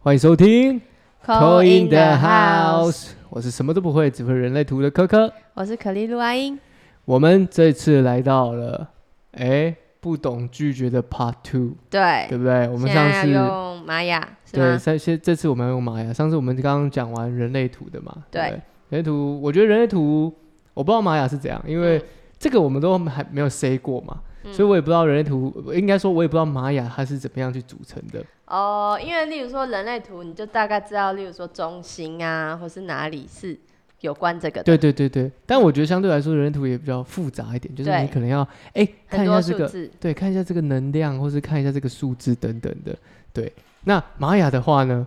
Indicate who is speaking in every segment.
Speaker 1: 欢迎收听
Speaker 2: Call in the house，
Speaker 1: House，我是什么都不会，只会人类图的科科。
Speaker 2: 我是可丽露阿英。
Speaker 1: 我们这次来到了，哎，不懂拒绝的 Part Two，
Speaker 2: 对，
Speaker 1: 对不对？我们
Speaker 2: 哎现在
Speaker 1: 上
Speaker 2: 要
Speaker 1: 次
Speaker 2: 用玛雅是
Speaker 1: 对，
Speaker 2: 吗？
Speaker 1: 上先这次我们用玛雅，上次我们刚刚讲完人类图的嘛，
Speaker 2: 对
Speaker 1: 不人类图，我觉得人类图，我不知道玛雅是怎样，因为
Speaker 2: 嗯
Speaker 1: 这个我们都还没有 say 过嘛，所以我也不知道人类图，应该说我也不知道玛雅它是怎么样去组成的。
Speaker 2: 哦，因为例如说人类图，你就大概知道，例如说中心啊，或是哪里是有关这个的，
Speaker 1: 对对对对，但我觉得相对来说，人类图也比较复杂一点，就是
Speaker 2: 对
Speaker 1: 你可能要哎、看
Speaker 2: 很
Speaker 1: 一下
Speaker 2: 多
Speaker 1: 这
Speaker 2: 数
Speaker 1: 个，
Speaker 2: 字。
Speaker 1: 对，看一下这个能量，或是看一下这个数字等等的。对，那玛雅的话 呢，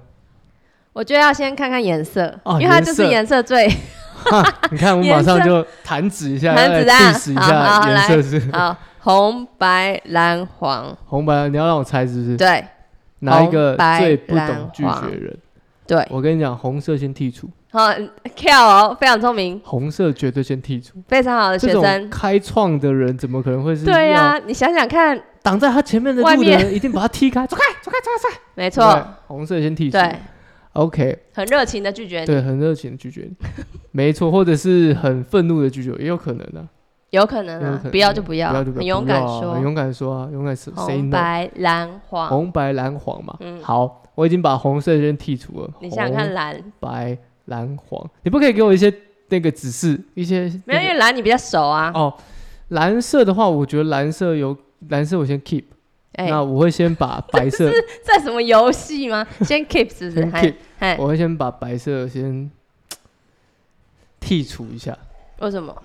Speaker 2: 我觉得要先看看颜色，
Speaker 1: 哦
Speaker 2: 因为它就是
Speaker 1: 颜
Speaker 2: 颜 色最
Speaker 1: 你看我们马
Speaker 2: 颜色
Speaker 1: 上就弹指一下，
Speaker 2: 弹
Speaker 1: 来
Speaker 2: 指啊
Speaker 1: diss 一
Speaker 2: 好
Speaker 1: 下
Speaker 2: 好
Speaker 1: 颜
Speaker 2: 来
Speaker 1: 色是
Speaker 2: 好，红、白、蓝、黄。
Speaker 1: 红白，你要让我猜是不是？
Speaker 2: 对
Speaker 1: 哪一个
Speaker 2: 红白
Speaker 1: 最不懂
Speaker 2: 蓝
Speaker 1: 拒
Speaker 2: 黄
Speaker 1: 绝人？
Speaker 2: 对，
Speaker 1: 我跟你讲，红色先剔除，
Speaker 2: 好，Kel 哦，非常聪明，
Speaker 1: 红色绝对先剔除。
Speaker 2: 非常好的学
Speaker 1: 这种
Speaker 2: 生。
Speaker 1: 开创的人怎么可能会是
Speaker 2: 对
Speaker 1: 呀、
Speaker 2: 呀、你想想看，
Speaker 1: 挡在他前面的
Speaker 2: 外
Speaker 1: 路的
Speaker 2: 面
Speaker 1: 人一定把他踢开，走开，走开，走开，走开
Speaker 2: 没
Speaker 1: 对不对
Speaker 2: 错，，
Speaker 1: 红色先剔除。
Speaker 2: 对，
Speaker 1: OK，
Speaker 2: 很热情的拒绝你，
Speaker 1: 对，很热情的拒绝你，没错，或者是很愤怒的拒绝，也有可能的、
Speaker 2: 有可能
Speaker 1: 也有
Speaker 2: 啊
Speaker 1: 可能，
Speaker 2: 不要就不要，
Speaker 1: 不要就不要
Speaker 2: 很勇敢
Speaker 1: 不要啊
Speaker 2: 说
Speaker 1: 很，勇敢说啊，勇敢 say say
Speaker 2: 红
Speaker 1: no，
Speaker 2: 白蓝黄，
Speaker 1: 红白蓝黄嘛。
Speaker 2: 嗯
Speaker 1: 好，我已经把红色先剔除了，
Speaker 2: 你想想看
Speaker 1: 红
Speaker 2: 蓝，
Speaker 1: 白蓝黄，你不可以给我一些那个指示，一些
Speaker 2: 没有因为蓝你比较熟啊
Speaker 1: 哦，蓝色的话，我觉得蓝色有蓝色我先 keep，、
Speaker 2: 哎，
Speaker 1: 那我会先 把白色，
Speaker 2: 这什么游 戏吗？先 keep 是不是？
Speaker 1: 先
Speaker 2: 还
Speaker 1: keep
Speaker 2: 还
Speaker 1: 我会先把白色先剔除一下。
Speaker 2: 为什么？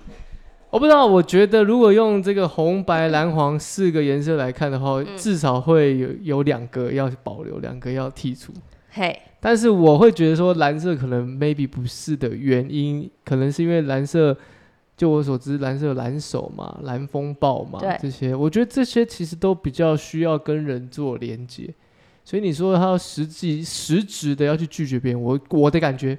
Speaker 1: 我不知道，我觉得如果用这个红、白、蓝、黄四个颜色来看的话，
Speaker 2: 嗯
Speaker 1: 至少会有有两个要保留，两个要剔除。
Speaker 2: 嘿，
Speaker 1: 但是我会觉得说蓝色可能 maybe 不是的原因，可能是因为蓝色，就我所知，蓝色有蓝手嘛、蓝风暴嘛
Speaker 2: 对
Speaker 1: 这些，我觉得这些其实都比较需要跟人做连接。所以你说他要实际实质的要去拒绝别人，我我的感觉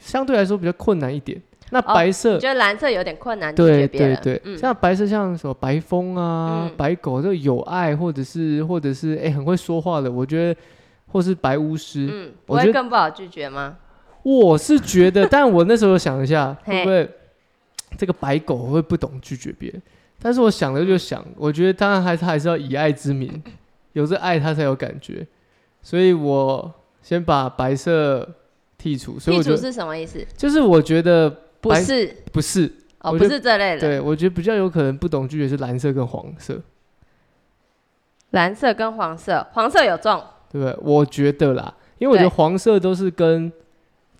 Speaker 1: 相对来说比较困难一点。那
Speaker 2: 哦
Speaker 1: 白色、
Speaker 2: 我觉得蓝色有点困难拒
Speaker 1: 对
Speaker 2: 绝别
Speaker 1: 对
Speaker 2: 人，
Speaker 1: 对，
Speaker 2: 嗯，
Speaker 1: 像白色像什么白风啊、
Speaker 2: 嗯
Speaker 1: 白狗，这个有爱或者是或者是哎、很会说话的，我觉得或是白巫师，
Speaker 2: 嗯，不
Speaker 1: 我觉
Speaker 2: 会
Speaker 1: 得
Speaker 2: 更不好拒绝吗？
Speaker 1: 我是觉得，但我那时候想一 下，会
Speaker 2: 嘿
Speaker 1: 不会这个白狗会不会不懂拒绝别人？但是我想了就想，我觉得当然还是还是要以爱之名，有这爱他才有感觉，所以我先把白色剔除，所以我
Speaker 2: 剔
Speaker 1: 觉
Speaker 2: 除
Speaker 1: 得
Speaker 2: 是什么意思？
Speaker 1: 就是我觉得
Speaker 2: 不
Speaker 1: 白
Speaker 2: 是
Speaker 1: 不是我
Speaker 2: 哦，不
Speaker 1: 觉得
Speaker 2: 是这类的，
Speaker 1: 对，我觉得比较有可能不懂拒绝是蓝色跟黄色，
Speaker 2: 蓝色跟黄色，黄色有中，
Speaker 1: 对不对？我觉得啦，因为我觉得
Speaker 2: 对
Speaker 1: 黄色都是跟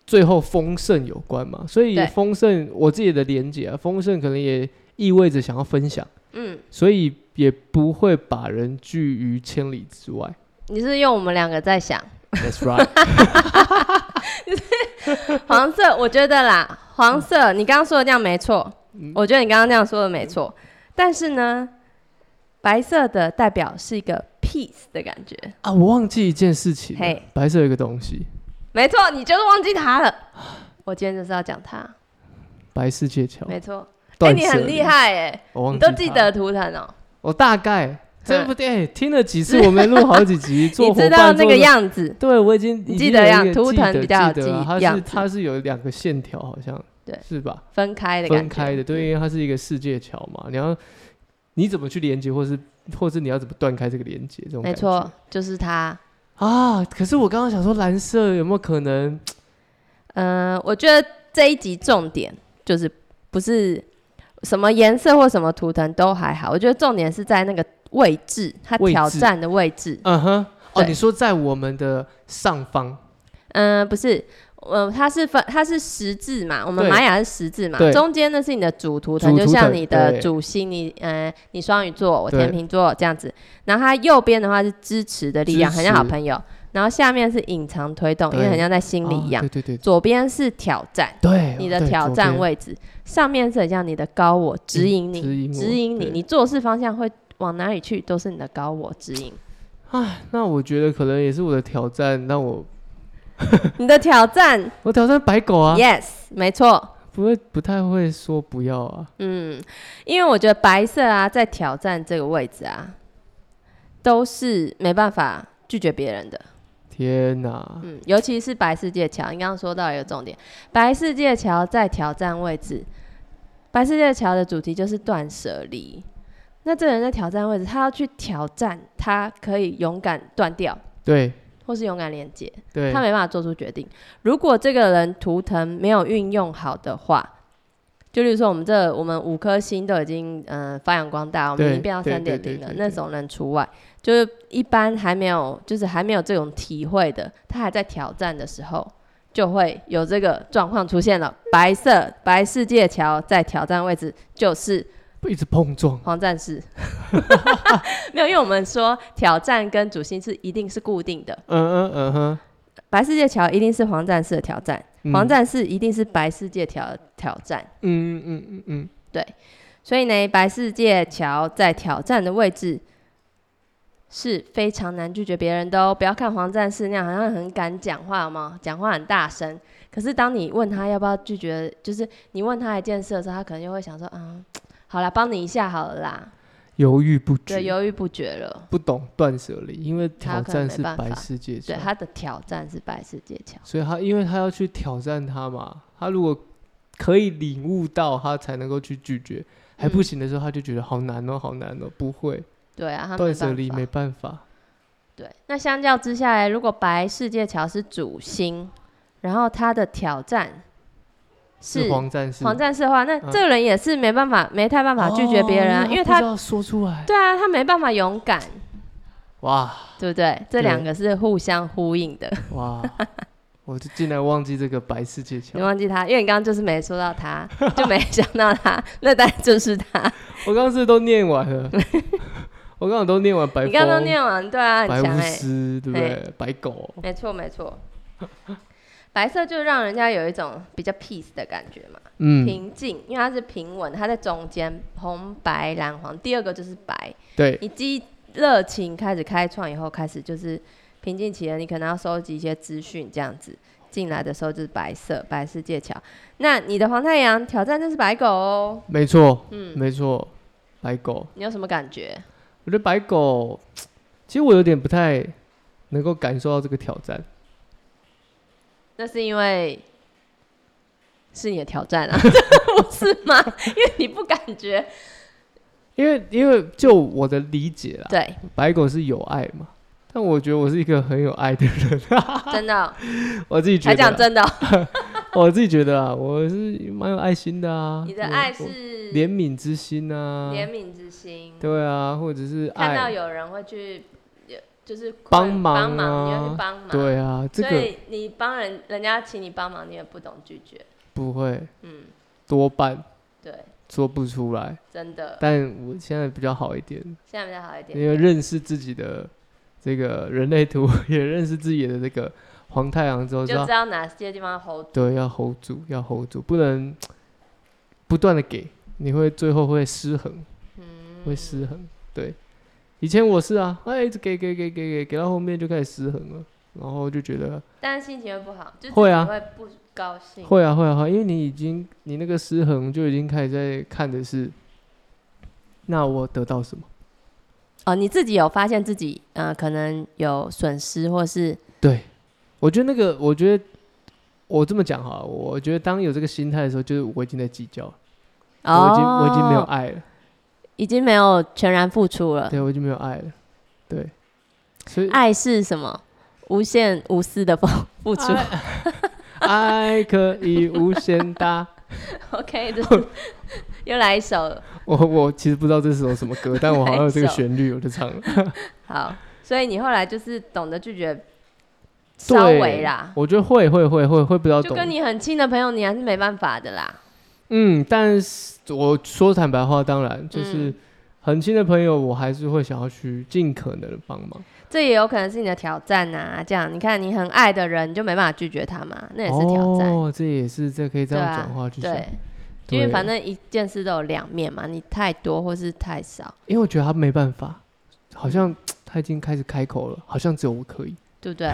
Speaker 1: 最后丰盛有关嘛，所以
Speaker 2: 对
Speaker 1: 丰盛我自己的连接啊，丰盛可能也意味着想要分享，
Speaker 2: 嗯，
Speaker 1: 所以也不会把人拒于千里之外。
Speaker 2: 你是用我们两个在想。
Speaker 1: That's right，
Speaker 2: 黄色，我觉得啦，黄色，你刚刚说的这样没错，
Speaker 1: 嗯
Speaker 2: 我觉得你刚刚那样说的没错。但是呢，白色的代表是一个 peace 的感觉，
Speaker 1: 啊，我忘记一件事情了
Speaker 2: 嘿，
Speaker 1: 白色有一个东西，
Speaker 2: 没错，你就是忘记它了。我今天就是要讲它，
Speaker 1: 白世界桥，
Speaker 2: 没错。哎、
Speaker 1: 哦断
Speaker 2: 你
Speaker 1: 舍
Speaker 2: 很
Speaker 1: 离
Speaker 2: 厉，害哎、
Speaker 1: 我忘
Speaker 2: 你
Speaker 1: 记
Speaker 2: 都记
Speaker 1: 它
Speaker 2: 得图腾哦、
Speaker 1: 我大概这部电影听了几次，我们录好几集，做
Speaker 2: 你
Speaker 1: 伙
Speaker 2: 知道
Speaker 1: 伴
Speaker 2: 那
Speaker 1: 做
Speaker 2: 个
Speaker 1: 的
Speaker 2: 样子，
Speaker 1: 对，我已经
Speaker 2: 你
Speaker 1: 已
Speaker 2: 记
Speaker 1: 经
Speaker 2: 得
Speaker 1: 有一
Speaker 2: 样
Speaker 1: 个
Speaker 2: 图
Speaker 1: 记
Speaker 2: 腾
Speaker 1: 得
Speaker 2: 比较有
Speaker 1: 记得啊
Speaker 2: 记
Speaker 1: 它
Speaker 2: 样
Speaker 1: 是
Speaker 2: 子
Speaker 1: 它是有两个线条，好像
Speaker 2: 对
Speaker 1: 是吧？
Speaker 2: 分开的感觉，
Speaker 1: 分
Speaker 2: 嗯
Speaker 1: 开的，对，因为它是一个世界桥嘛，你要你怎么去连接，或是或是你要怎么断开这个连接，这种
Speaker 2: 没
Speaker 1: 感觉
Speaker 2: 错，就是它。
Speaker 1: 啊。可是我刚刚想说，蓝色有没有可能？
Speaker 2: 嗯、我觉得这一集重点就是不是什么颜色或什么图腾都还好，我觉得重点是在那个位置，它
Speaker 1: 位置
Speaker 2: 挑战的位置。
Speaker 1: 嗯哼，哦，
Speaker 2: 对
Speaker 1: 你说在我们的上方，
Speaker 2: 嗯、不是，嗯、它是分，它是十字嘛，我们
Speaker 1: 对
Speaker 2: 玛雅是十字嘛
Speaker 1: 对，
Speaker 2: 中间那是你的主图腾，
Speaker 1: 主图
Speaker 2: 就
Speaker 1: 腾
Speaker 2: 像你的
Speaker 1: 对
Speaker 2: 主星，你呃，你双鱼座，我
Speaker 1: 对
Speaker 2: 天秤座这样子。然后它右边的话是支持的力量，
Speaker 1: 支持
Speaker 2: 很像好朋友。然后下面是隐藏推动，因为
Speaker 1: 对
Speaker 2: 很像在心里
Speaker 1: 哦
Speaker 2: 一样。
Speaker 1: 对对对
Speaker 2: 左边是挑战。
Speaker 1: 对，
Speaker 2: 你的
Speaker 1: 哎对
Speaker 2: 挑
Speaker 1: 左
Speaker 2: 战
Speaker 1: 边嗯
Speaker 2: 位置，上面是很像你的高我指引你，
Speaker 1: 指引我
Speaker 2: 你，
Speaker 1: 对
Speaker 2: 你做事方向会往哪里去，都是你的高我指引。
Speaker 1: 那我觉得可能也是我的挑战，让我
Speaker 2: 你的挑战、
Speaker 1: 我挑战白狗啊
Speaker 2: y e s 没错，
Speaker 1: 不会不太会说不要啊。
Speaker 2: 嗯，因为我觉得白色啊，在挑战这个位置啊，都是没办法拒绝别人的，
Speaker 1: 天哪！
Speaker 2: 嗯，尤其是白世界桥，你刚刚说到一个重点，白世界桥在挑战位置。白世界桥的主题就是断舍离。那这个人在挑战位置，他要去挑战，他可以勇敢断掉，
Speaker 1: 对
Speaker 2: 或是勇敢连接，
Speaker 1: 对
Speaker 2: 他，没办法做出决定。如果这个人图腾没有运用好的话，就例如说我们这我们五颗星都已经嗯、呃发扬光大，我们
Speaker 1: 对
Speaker 2: 已经变到
Speaker 1: 对
Speaker 2: 三
Speaker 1: 对
Speaker 2: 点
Speaker 1: 对
Speaker 2: 零了
Speaker 1: 对，
Speaker 2: 那
Speaker 1: 对
Speaker 2: 种人除外。就是一般还没有就是还没有这种体会的，他还在挑战的时候。就会有这个状况出现了。白色白世界桥在挑战位置就是
Speaker 1: 一直碰撞，
Speaker 2: 黄战士， 没有，因为我们说挑战跟主心是一定是固定的，
Speaker 1: 嗯嗯嗯哼，
Speaker 2: 白世界桥一定是黄战士的挑战，
Speaker 1: 嗯
Speaker 2: 黄，战士一定是白世界条挑战，
Speaker 1: 嗯嗯嗯嗯
Speaker 2: 所以呢，白世界桥在挑战的位置是非常难拒绝别人的哦。不要看黄战士那样，好像很敢讲话，有没有？讲话很大声。可是当你问他要不要拒绝，就是你问他一件事的时候，他可能就会想说，嗯，好啦，帮你一下好了啦，
Speaker 1: 嗯，犹豫不决，
Speaker 2: 对，犹豫不决了。
Speaker 1: 不懂断舍离，因为
Speaker 2: 他
Speaker 1: 挑
Speaker 2: 可
Speaker 1: 战
Speaker 2: 能没
Speaker 1: 是
Speaker 2: 办
Speaker 1: 白
Speaker 2: 法
Speaker 1: 世界桥，
Speaker 2: 对，他的挑战是白世界桥。
Speaker 1: 所以他因为他要去挑战他嘛，他如果可以领悟到，他才能够去拒绝。还不行的时候，他就觉得好难哦，好难哦，不会
Speaker 2: 对啊，他
Speaker 1: 断
Speaker 2: 没
Speaker 1: 舍
Speaker 2: 办
Speaker 1: 离
Speaker 2: 法
Speaker 1: 没办法。
Speaker 2: 对，那相较之下来，如果白世界桥是主星，然后他的挑战是
Speaker 1: 是黄战士，
Speaker 2: 黄战士的话，那
Speaker 1: 嗯
Speaker 2: 这个人也是没办法、没太办法拒绝别人啊，
Speaker 1: 哦
Speaker 2: 因为
Speaker 1: 他不
Speaker 2: 他
Speaker 1: 知道说出来，
Speaker 2: 对啊，他没办法勇敢，
Speaker 1: 哇
Speaker 2: 对不对？这
Speaker 1: 对
Speaker 2: 两个是互相呼应的。
Speaker 1: 哇， 我就竟然忘记这个白世界桥
Speaker 2: 你。忘记他，因为你刚刚就是没说到他，就没想到他，那当然就是他。
Speaker 1: 我刚刚是不是都念完了， 我刚刚都念完白
Speaker 2: 你刚刚
Speaker 1: 风
Speaker 2: 念完，对啊，
Speaker 1: 白
Speaker 2: 很强
Speaker 1: 巫
Speaker 2: 哎、
Speaker 1: 师，对不对？白狗，
Speaker 2: 没错没错。白色就让人家有一种比较 peace 的感觉嘛。
Speaker 1: 嗯，
Speaker 2: 平静，因为它是平稳，它在中间，红白蓝黄。第二个就是白，
Speaker 1: 对，
Speaker 2: 你激热情开始开创以后，开始就是平静期了，你可能要收集一些资讯这样子。进来的时候就是白色，白世界桥。那你的黄太阳挑战就是白狗哦，
Speaker 1: 没错，没错，白狗。
Speaker 2: 你有什么感觉？
Speaker 1: 我觉得白狗，其实我有点不太能够感受到这个挑战。
Speaker 2: 那是因为是你的挑战啊， 不是吗？因为你不感 觉，
Speaker 1: 因为，因为就我的理解啦，
Speaker 2: 对，
Speaker 1: 白狗是有爱嘛，但我觉得我是一个很有爱的人，
Speaker 2: 真的哦、
Speaker 1: 我自己觉
Speaker 2: 还
Speaker 1: 得
Speaker 2: 讲
Speaker 1: 啦，
Speaker 2: 真的哦、
Speaker 1: 我自己觉得啊，我是蛮有爱心的啊。
Speaker 2: 你的
Speaker 1: 我
Speaker 2: 爱
Speaker 1: 我
Speaker 2: 是
Speaker 1: 怜悯之心啊，
Speaker 2: 怜悯之心，
Speaker 1: 对啊，或者是
Speaker 2: 看到
Speaker 1: 爱，
Speaker 2: 有人会去，有就是困
Speaker 1: 帮忙啊
Speaker 2: 帮忙，你会去帮忙。，
Speaker 1: 对啊，这
Speaker 2: 所
Speaker 1: 个
Speaker 2: 以你帮人，人家请你帮忙，你也不懂拒绝。
Speaker 1: 不会
Speaker 2: 嗯，
Speaker 1: 多半
Speaker 2: 对，
Speaker 1: 说不出来，
Speaker 2: 真的，
Speaker 1: 但我现在比较好一点，
Speaker 2: 现在比较好一点
Speaker 1: 因为认识自己的这个人类图， 也认识自己的这个黄太阳之后，
Speaker 2: 就
Speaker 1: 知
Speaker 2: 知
Speaker 1: 道
Speaker 2: 道哪些地方 hold
Speaker 1: 对要 hold 住，要 hold 住，不能不断的给，你会最后会失衡，
Speaker 2: 嗯
Speaker 1: 会失衡。对，以前我是啊，哎，一直给给给给给，给到后面就开始失衡了，然后就觉得
Speaker 2: 但是心情会不好，就自己
Speaker 1: 会啊
Speaker 2: 会不高兴。
Speaker 1: 会啊会啊会啊，因为你已经你那个失衡就已经开始在看的是，那我得到什么？
Speaker 2: 哦，你自己有发现自己，呃，可能有损失，或是
Speaker 1: 对，我觉得那个，我觉得我这么讲哈，我觉得当有这个心态的时候，就是我已经在计较了，
Speaker 2: 哦，
Speaker 1: 我已经啊我已经没有，爱了，
Speaker 2: 已经没有全然付出了。
Speaker 1: 对我已经没有爱了，对，所以
Speaker 2: 爱是什么？无限无私的付付 出。
Speaker 1: 爱可以无限大。
Speaker 2: OK，这是又来一首了。
Speaker 1: 我我其实不知道这是首什么歌，但我好像有这个旋律，我就唱了。
Speaker 2: 好，所以你后来就是懂得拒绝，
Speaker 1: 对
Speaker 2: 稍微啦，
Speaker 1: 我觉得会会会会会不知道
Speaker 2: 就
Speaker 1: 懂，
Speaker 2: 跟你很亲的朋友，你还是没办法的啦。
Speaker 1: 嗯，但是我说坦白话，当然就是
Speaker 2: 嗯
Speaker 1: 很亲的朋友，我还是会想要去尽可能的帮忙，
Speaker 2: 这也有可能是你的挑战啊，这样你看你很爱的人，你就没办法拒绝他嘛，那也是挑战，
Speaker 1: 哦，这也是这可以这
Speaker 2: 对
Speaker 1: 样
Speaker 2: 啊，
Speaker 1: 转化去想，
Speaker 2: 对，
Speaker 1: 对
Speaker 2: 因为反正一件事都有两面嘛，你太多或是太少，
Speaker 1: 因为我觉得他没办法，好
Speaker 2: 嗯
Speaker 1: 像他已经开始开口了，好像只有我可以。
Speaker 2: 对不对？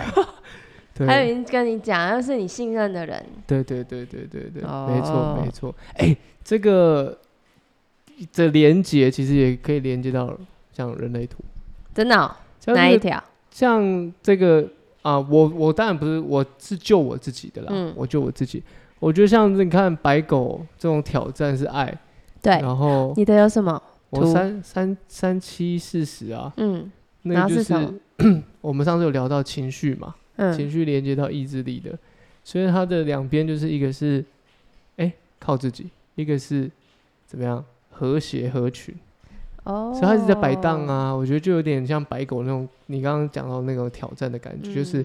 Speaker 2: 他已
Speaker 1: 对，
Speaker 2: 经跟你讲，要是你信任的人，
Speaker 1: 对对对对对对，
Speaker 2: 哦
Speaker 1: 没错没错。哎、这个这连接其实也可以连接到像人类图，
Speaker 2: 真的哦、
Speaker 1: 像、这个、
Speaker 2: 哪一条？
Speaker 1: 像这个啊、我我当然不是，我是救我自己的啦，
Speaker 2: 嗯
Speaker 1: 我救我自己。我觉得像是你看白狗这种挑战是爱，
Speaker 2: 对，
Speaker 1: 然后
Speaker 2: 你的有什么？
Speaker 1: 我
Speaker 2: 图
Speaker 1: 三三三七四十啊，
Speaker 2: 嗯然
Speaker 1: 那
Speaker 2: 后
Speaker 1: 个就是
Speaker 2: 什么
Speaker 1: 我们上次有聊到情绪嘛，
Speaker 2: 嗯
Speaker 1: 情绪连接到意志力的，所以它的两边就是一个是哎、靠自己，一个是怎么样和谐合群，
Speaker 2: 哦，
Speaker 1: 所以它一直在摆荡啊，我觉得就有点像白狗那种你刚刚讲到那种挑战的感觉，
Speaker 2: 嗯，
Speaker 1: 就是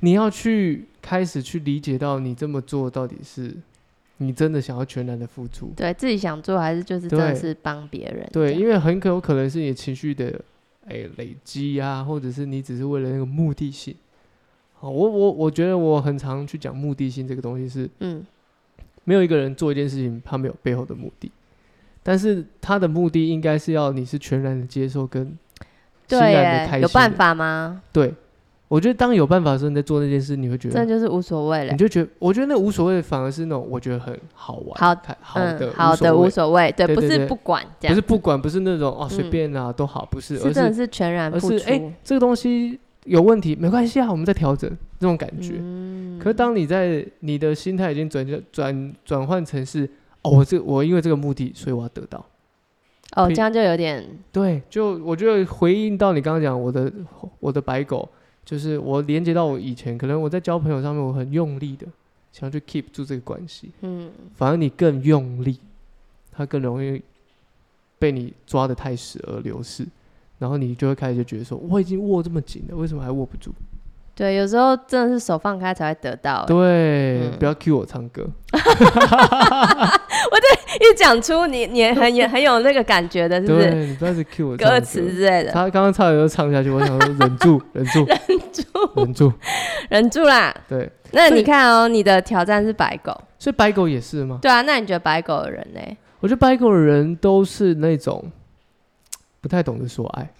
Speaker 1: 你要去开始去理解到你这么做到底是你真的想要全然的付出，
Speaker 2: 对自己想做还是就是真
Speaker 1: 对
Speaker 2: 的是帮别人这
Speaker 1: 对，
Speaker 2: 样，
Speaker 1: 因为很可有可能是你情绪的哎、累积啊，或者是你只是为了那个目的性。好，我我我觉得我很常去讲目的性这个东西是
Speaker 2: 嗯
Speaker 1: 没有一个人做一件事情他没有背后的目的，但是他的目的应该是要你是全然的接受跟欣
Speaker 2: 对
Speaker 1: 然的
Speaker 2: 耶
Speaker 1: 开心的
Speaker 2: 有办。法吗？
Speaker 1: 对，我觉得当有办法的时候，你在做那件事，你会觉得。
Speaker 2: 真的就是无所谓
Speaker 1: 啊你
Speaker 2: 了，
Speaker 1: 就觉得，我觉得那无所谓，反而是那种我觉得很好玩，
Speaker 2: 好
Speaker 1: 开好的、
Speaker 2: 嗯，好的
Speaker 1: 无
Speaker 2: 无
Speaker 1: 谓
Speaker 2: 所谓，对，
Speaker 1: 对
Speaker 2: 不
Speaker 1: 对
Speaker 2: 是
Speaker 1: 对
Speaker 2: 不管这
Speaker 1: 不
Speaker 2: 样
Speaker 1: 是，不管，不是那种哦随
Speaker 2: 嗯
Speaker 1: 便啊、都好，不是，
Speaker 2: 是
Speaker 1: 而
Speaker 2: 真的
Speaker 1: 是
Speaker 2: 是全然
Speaker 1: 而
Speaker 2: 付
Speaker 1: 是
Speaker 2: 出，
Speaker 1: 哎、这个东西有问题没关系啊，我们再调整那种感觉。
Speaker 2: 嗯
Speaker 1: 可是当你在你的心态已经转转转换成是哦，我这我因为这个目的，所以我要得到。
Speaker 2: 哦，
Speaker 1: 可以
Speaker 2: 这样就有点
Speaker 1: 对，就我觉得回应到你刚刚讲我的我的白狗，就是我连接到我以前，可能我在交朋友上面我很用力的想要去 keep 住这个关系，
Speaker 2: 嗯
Speaker 1: 反而你更用力，它更容易被你抓得太死而流逝，然后你就会开始就觉得说，我已经握这么紧了，为什么还握不住？
Speaker 2: 对，有时候真的是手放开才会得到，哎
Speaker 1: 对，
Speaker 2: 嗯
Speaker 1: 不要 cue 我唱歌，
Speaker 2: 一讲出你你很也很有那个感觉的，是不是？
Speaker 1: 对你不要是 cue 我唱
Speaker 2: 歌
Speaker 1: 歌。
Speaker 2: 词之类的，
Speaker 1: 他刚刚差点就唱下去，我想说忍住，忍住，忍住，
Speaker 2: 忍住啦。
Speaker 1: 对。
Speaker 2: 那
Speaker 1: 所以
Speaker 2: 你看哦，你的挑战是白狗，
Speaker 1: 所以白狗也是吗？
Speaker 2: 对啊，那你觉得白狗的人呢？
Speaker 1: 我觉得白狗的人都是那种不太懂得说爱，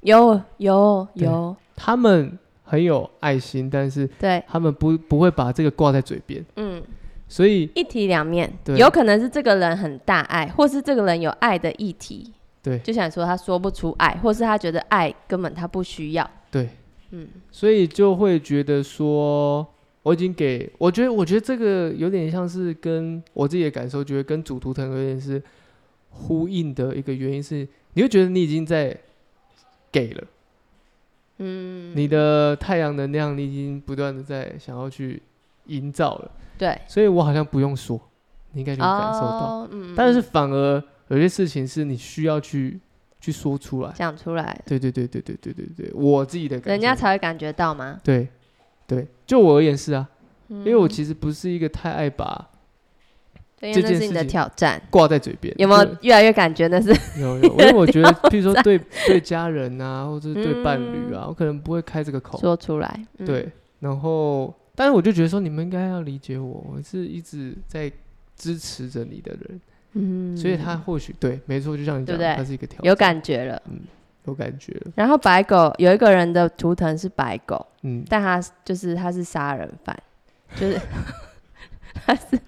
Speaker 2: 有有
Speaker 1: 对
Speaker 2: 有，
Speaker 1: 他们很有爱心，但是
Speaker 2: 对，
Speaker 1: 他们不不会把这个挂在嘴边，
Speaker 2: 嗯，
Speaker 1: 所以
Speaker 2: 一体两面，
Speaker 1: 对
Speaker 2: 有可能是这个人很大爱，或是这个人有爱的议题，
Speaker 1: 对
Speaker 2: 就想说他说不出爱，或是他觉得爱根本他不需要，
Speaker 1: 对，
Speaker 2: 嗯，
Speaker 1: 所以就会觉得说，我已经给，我觉得，我觉得这个有点像是跟我自己的感受，觉得跟主图腾有点是呼应的一个原因是，你会觉得你已经在给了，嗯，你的太阳能量你已经不断的在想要去营造了，
Speaker 2: 对，
Speaker 1: 所以我好像不用说，你应该就能感受到，
Speaker 2: 哦，嗯，
Speaker 1: 但是
Speaker 2: 嗯
Speaker 1: 反而有些事情是你需要去去说出来，
Speaker 2: 讲出来，
Speaker 1: 对对对对对对对对，我自己的感
Speaker 2: 人家
Speaker 1: 受
Speaker 2: 才会感觉到吗？
Speaker 1: 对，对，就我而言是啊，
Speaker 2: 因
Speaker 1: 因为我其实不是一个太爱把
Speaker 2: 因
Speaker 1: 这
Speaker 2: 为那
Speaker 1: 件
Speaker 2: 是你
Speaker 1: 事
Speaker 2: 的
Speaker 1: 情
Speaker 2: 挑战，
Speaker 1: 挂在嘴边，
Speaker 2: 有没有越来越感觉那是？
Speaker 1: 有？有有，因为我觉 得，譬如说对对家人啊，或者是对伴侣啊，我可能不会开这个口，
Speaker 2: 嗯说出来，嗯、
Speaker 1: 对，然后，但是我就觉得说，你们应该要理解我，我是一直在支持着你的人，
Speaker 2: 嗯
Speaker 1: 所以他或许对，没错，就像你
Speaker 2: 对
Speaker 1: 讲
Speaker 2: 不
Speaker 1: 的，
Speaker 2: 对
Speaker 1: 他是一个挑
Speaker 2: 有
Speaker 1: 战
Speaker 2: 感觉了。
Speaker 1: 有感觉了，
Speaker 2: 然后白狗有一个人的图腾是白狗，
Speaker 1: 嗯，
Speaker 2: 但他就是他是杀人犯，就是 他是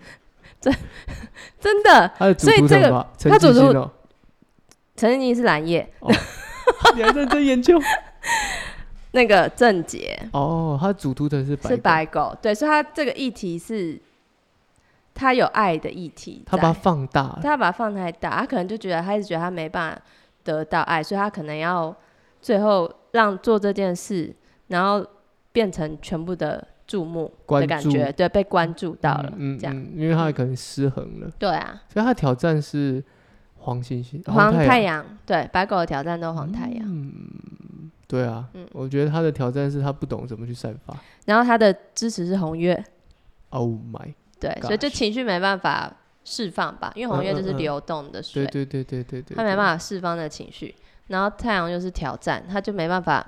Speaker 2: 真真的。
Speaker 1: 他的主
Speaker 2: 所以
Speaker 1: 图
Speaker 2: 这
Speaker 1: 腾
Speaker 2: 个
Speaker 1: 吧，陈
Speaker 2: 他
Speaker 1: 继
Speaker 2: 主
Speaker 1: 兴
Speaker 2: 图
Speaker 1: 哦，
Speaker 2: 陈怡是蓝叶，
Speaker 1: 你还认真研究
Speaker 2: 那个郑杰
Speaker 1: 哦，他的主图腾是白
Speaker 2: 是
Speaker 1: 狗，
Speaker 2: 白狗，对，所以他这个议题是，他有爱的议题在，
Speaker 1: 他把它放大了，
Speaker 2: 他把它放太大，他可能就觉得他一直觉得他没办法得到爱，所以他可能要最后让做这件事，然后变成全部的注目的
Speaker 1: 关
Speaker 2: 感
Speaker 1: 注
Speaker 2: 觉，对，被关注到了，
Speaker 1: 嗯，
Speaker 2: 这样，
Speaker 1: 嗯，因为他可能失衡了，
Speaker 2: 对啊，
Speaker 1: 所以他的挑战是黄星星，
Speaker 2: 黄太
Speaker 1: 阳，嗯
Speaker 2: 阳，对，白狗的挑战都黄太阳，
Speaker 1: 对啊，
Speaker 2: 嗯
Speaker 1: 我觉得他的挑战是他不懂怎么去散发。
Speaker 2: 然后他的支持是红月，
Speaker 1: Oh my，
Speaker 2: 对，所以就情绪没办法释放吧，因为红月就
Speaker 1: 嗯
Speaker 2: 是
Speaker 1: 嗯嗯
Speaker 2: 流动的水，
Speaker 1: 对对对对对对，
Speaker 2: 他没办法释放的情绪，然后太阳又是挑战，他就没办法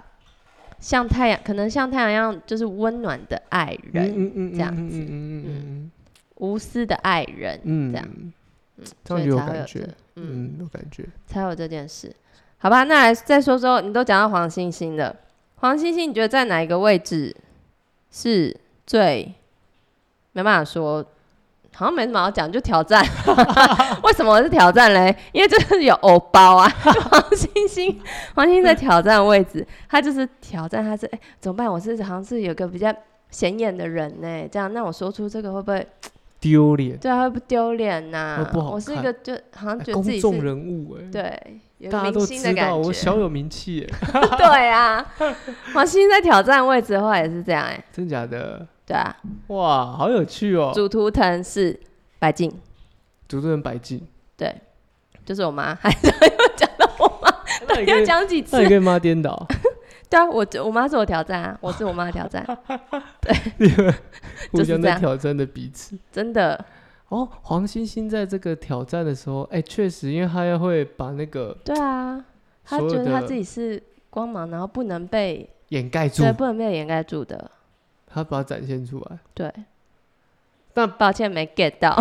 Speaker 2: 像太阳，可能像太阳一样，就是温暖的爱人，
Speaker 1: 嗯嗯
Speaker 2: 这样
Speaker 1: 嗯
Speaker 2: 子
Speaker 1: 嗯嗯嗯
Speaker 2: 无私的爱人，
Speaker 1: 嗯，
Speaker 2: 这样，
Speaker 1: 这
Speaker 2: 所
Speaker 1: 样
Speaker 2: 以
Speaker 1: 就有
Speaker 2: 才会有
Speaker 1: 感
Speaker 2: 这
Speaker 1: 觉，，嗯，
Speaker 2: 嗯，
Speaker 1: 有感觉。
Speaker 2: 才有这件事，好吧？那来再说说，你都讲到黄星星了，黄星星，你觉得在哪一个位置是最没办法说好像没什么好讲，就 挑战。为什么是挑战嘞？因为就是有偶 包啊，黄星星，黄星星在挑战位置，他就是挑战，他是哎、怎么办？我是好像是有个比较显眼的人呢、这样那我说出这个会不会
Speaker 1: 丢脸，
Speaker 2: 对啊会不会丢脸呐
Speaker 1: 会？不好看
Speaker 2: 我是一个就好像觉得
Speaker 1: 公
Speaker 2: 自己
Speaker 1: 众
Speaker 2: 是
Speaker 1: 人物哎、
Speaker 2: 对有
Speaker 1: 大家
Speaker 2: 个
Speaker 1: 都
Speaker 2: 明星
Speaker 1: 知
Speaker 2: 的感
Speaker 1: 道我
Speaker 2: 觉，
Speaker 1: 小有名气哎、
Speaker 2: 对啊，黄星星在挑战位置的话也是这样哎、
Speaker 1: 真假的？
Speaker 2: 对啊，
Speaker 1: 哇，好有趣哦！
Speaker 2: 主图腾是白净。
Speaker 1: 主持人白 净，
Speaker 2: 就是 我妈，还是又讲到我妈，
Speaker 1: 那你
Speaker 2: 要
Speaker 1: 跟
Speaker 2: 讲几次
Speaker 1: 那你？跟妈颠倒，
Speaker 2: 对啊，我我妈是我挑战啊，我是我妈的 挑战，
Speaker 1: 你们互
Speaker 2: 就是
Speaker 1: 相
Speaker 2: 这
Speaker 1: 在
Speaker 2: 样
Speaker 1: 挑战的彼此。
Speaker 2: 真的。
Speaker 1: 哦，黄星星在这个挑战的时候，哎、确实，因为他要会把那个
Speaker 2: 对啊，她
Speaker 1: 所有
Speaker 2: 觉得她
Speaker 1: 的
Speaker 2: 自己是光芒，然后不能被
Speaker 1: 掩盖住
Speaker 2: 对，不能被掩盖住的。
Speaker 1: 他把它展现出来。
Speaker 2: 对，
Speaker 1: 那
Speaker 2: 抱歉没 get 到，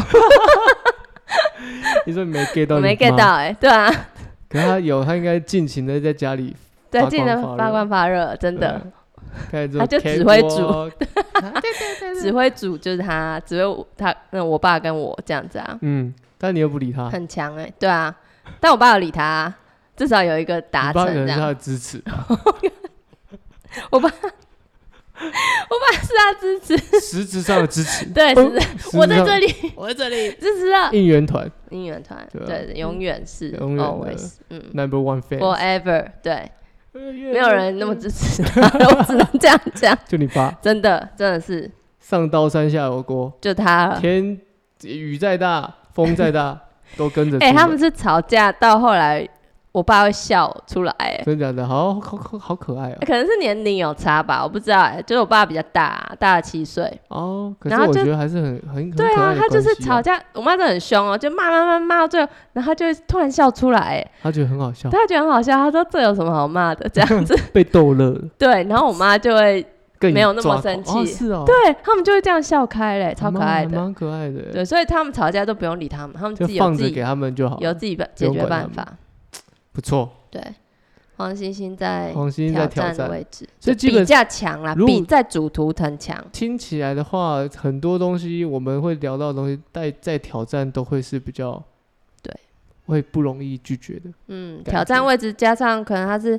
Speaker 1: 你说你没 get 到，
Speaker 2: 我没 get 到。哎、对啊，
Speaker 1: 可是他有，他应该尽情的在家 里，
Speaker 2: 对，
Speaker 1: 发
Speaker 2: 记得
Speaker 1: 光发热
Speaker 2: 发光发热，真的，
Speaker 1: 开始
Speaker 2: 他就
Speaker 1: 只
Speaker 2: 指挥
Speaker 1: 主
Speaker 2: 主，
Speaker 1: 啊嗯
Speaker 2: 指挥组就是她，指挥我她，那我爸跟我这样子啊，
Speaker 1: 嗯，但你又不理他，
Speaker 2: 很强哎、对啊，但我爸有理她啊、至少有一个达
Speaker 1: 你爸
Speaker 2: 成
Speaker 1: 可能
Speaker 2: 这
Speaker 1: 是
Speaker 2: 样
Speaker 1: 他。的支持，
Speaker 2: 是啊，支持，
Speaker 1: 实质上的支持。
Speaker 2: 对，
Speaker 1: 嗯
Speaker 2: 是的，
Speaker 1: 实质
Speaker 2: 我在
Speaker 1: 上
Speaker 2: 这里，
Speaker 1: 我在这 里。
Speaker 2: 支持啊，
Speaker 1: 应援团
Speaker 2: 应援团，
Speaker 1: 对啊
Speaker 2: 对，永远是
Speaker 1: 永远的
Speaker 2: ，always，嗯
Speaker 1: number one fan，哎
Speaker 2: ，forever，对，
Speaker 1: 没
Speaker 2: 没有人那么支持他，我只能这样讲，
Speaker 1: 就你爸，
Speaker 2: 真 的，真的是
Speaker 1: 上刀山下油锅，
Speaker 2: 就他了。
Speaker 1: 天雨再大，风再 大，都跟着出门。
Speaker 2: 哎，他们是吵架到后来，我爸会笑出来，哎，
Speaker 1: 真的假的？好好好好可爱哦。
Speaker 2: 可能是年龄有差吧，我不知道，哎，就是我爸比较大，大了七岁，
Speaker 1: 哦，可是
Speaker 2: 然后
Speaker 1: 我
Speaker 2: 就
Speaker 1: 觉得还是很很很可
Speaker 2: 对啊
Speaker 1: 爱，的
Speaker 2: 他就是
Speaker 1: 关系哦
Speaker 2: 吵，架，我妈真的很凶哦，就骂骂骂骂到最后，然后他就会突然笑出来，哎，
Speaker 1: 他觉得很好笑，
Speaker 2: 他觉得很好笑，他说这有什么好骂的，这 样子，
Speaker 1: 被逗乐了，
Speaker 2: 对，然后我妈就会
Speaker 1: 更
Speaker 2: 没有那么
Speaker 1: 抓狂
Speaker 2: 生气
Speaker 1: 哦是哦，
Speaker 2: 对他们就会这样笑开嘞，超可爱
Speaker 1: 还
Speaker 2: 的。
Speaker 1: 蛮可爱的，
Speaker 2: 对，所以他们吵架都不用理他们，他们
Speaker 1: 就
Speaker 2: 自己有
Speaker 1: 放
Speaker 2: 自
Speaker 1: 着
Speaker 2: 己
Speaker 1: 给他们就好，
Speaker 2: 有自己的
Speaker 1: 不
Speaker 2: 解
Speaker 1: 用
Speaker 2: 决
Speaker 1: 管
Speaker 2: 办
Speaker 1: 他们
Speaker 2: 法。
Speaker 1: 不错。
Speaker 2: 对，黄星星在
Speaker 1: 黄星星在挑
Speaker 2: 战的
Speaker 1: 战，
Speaker 2: 位置，
Speaker 1: 所以
Speaker 2: 就
Speaker 1: 基
Speaker 2: 比
Speaker 1: 本
Speaker 2: 较强啦，
Speaker 1: 如
Speaker 2: 比在主图腾强。
Speaker 1: 听起来的话，很多东西我们会聊到的东西，在在挑战都会是比较
Speaker 2: 对，
Speaker 1: 会不容易拒绝的。
Speaker 2: 嗯，
Speaker 1: 感
Speaker 2: 挑战
Speaker 1: 觉
Speaker 2: 位置加上可能他是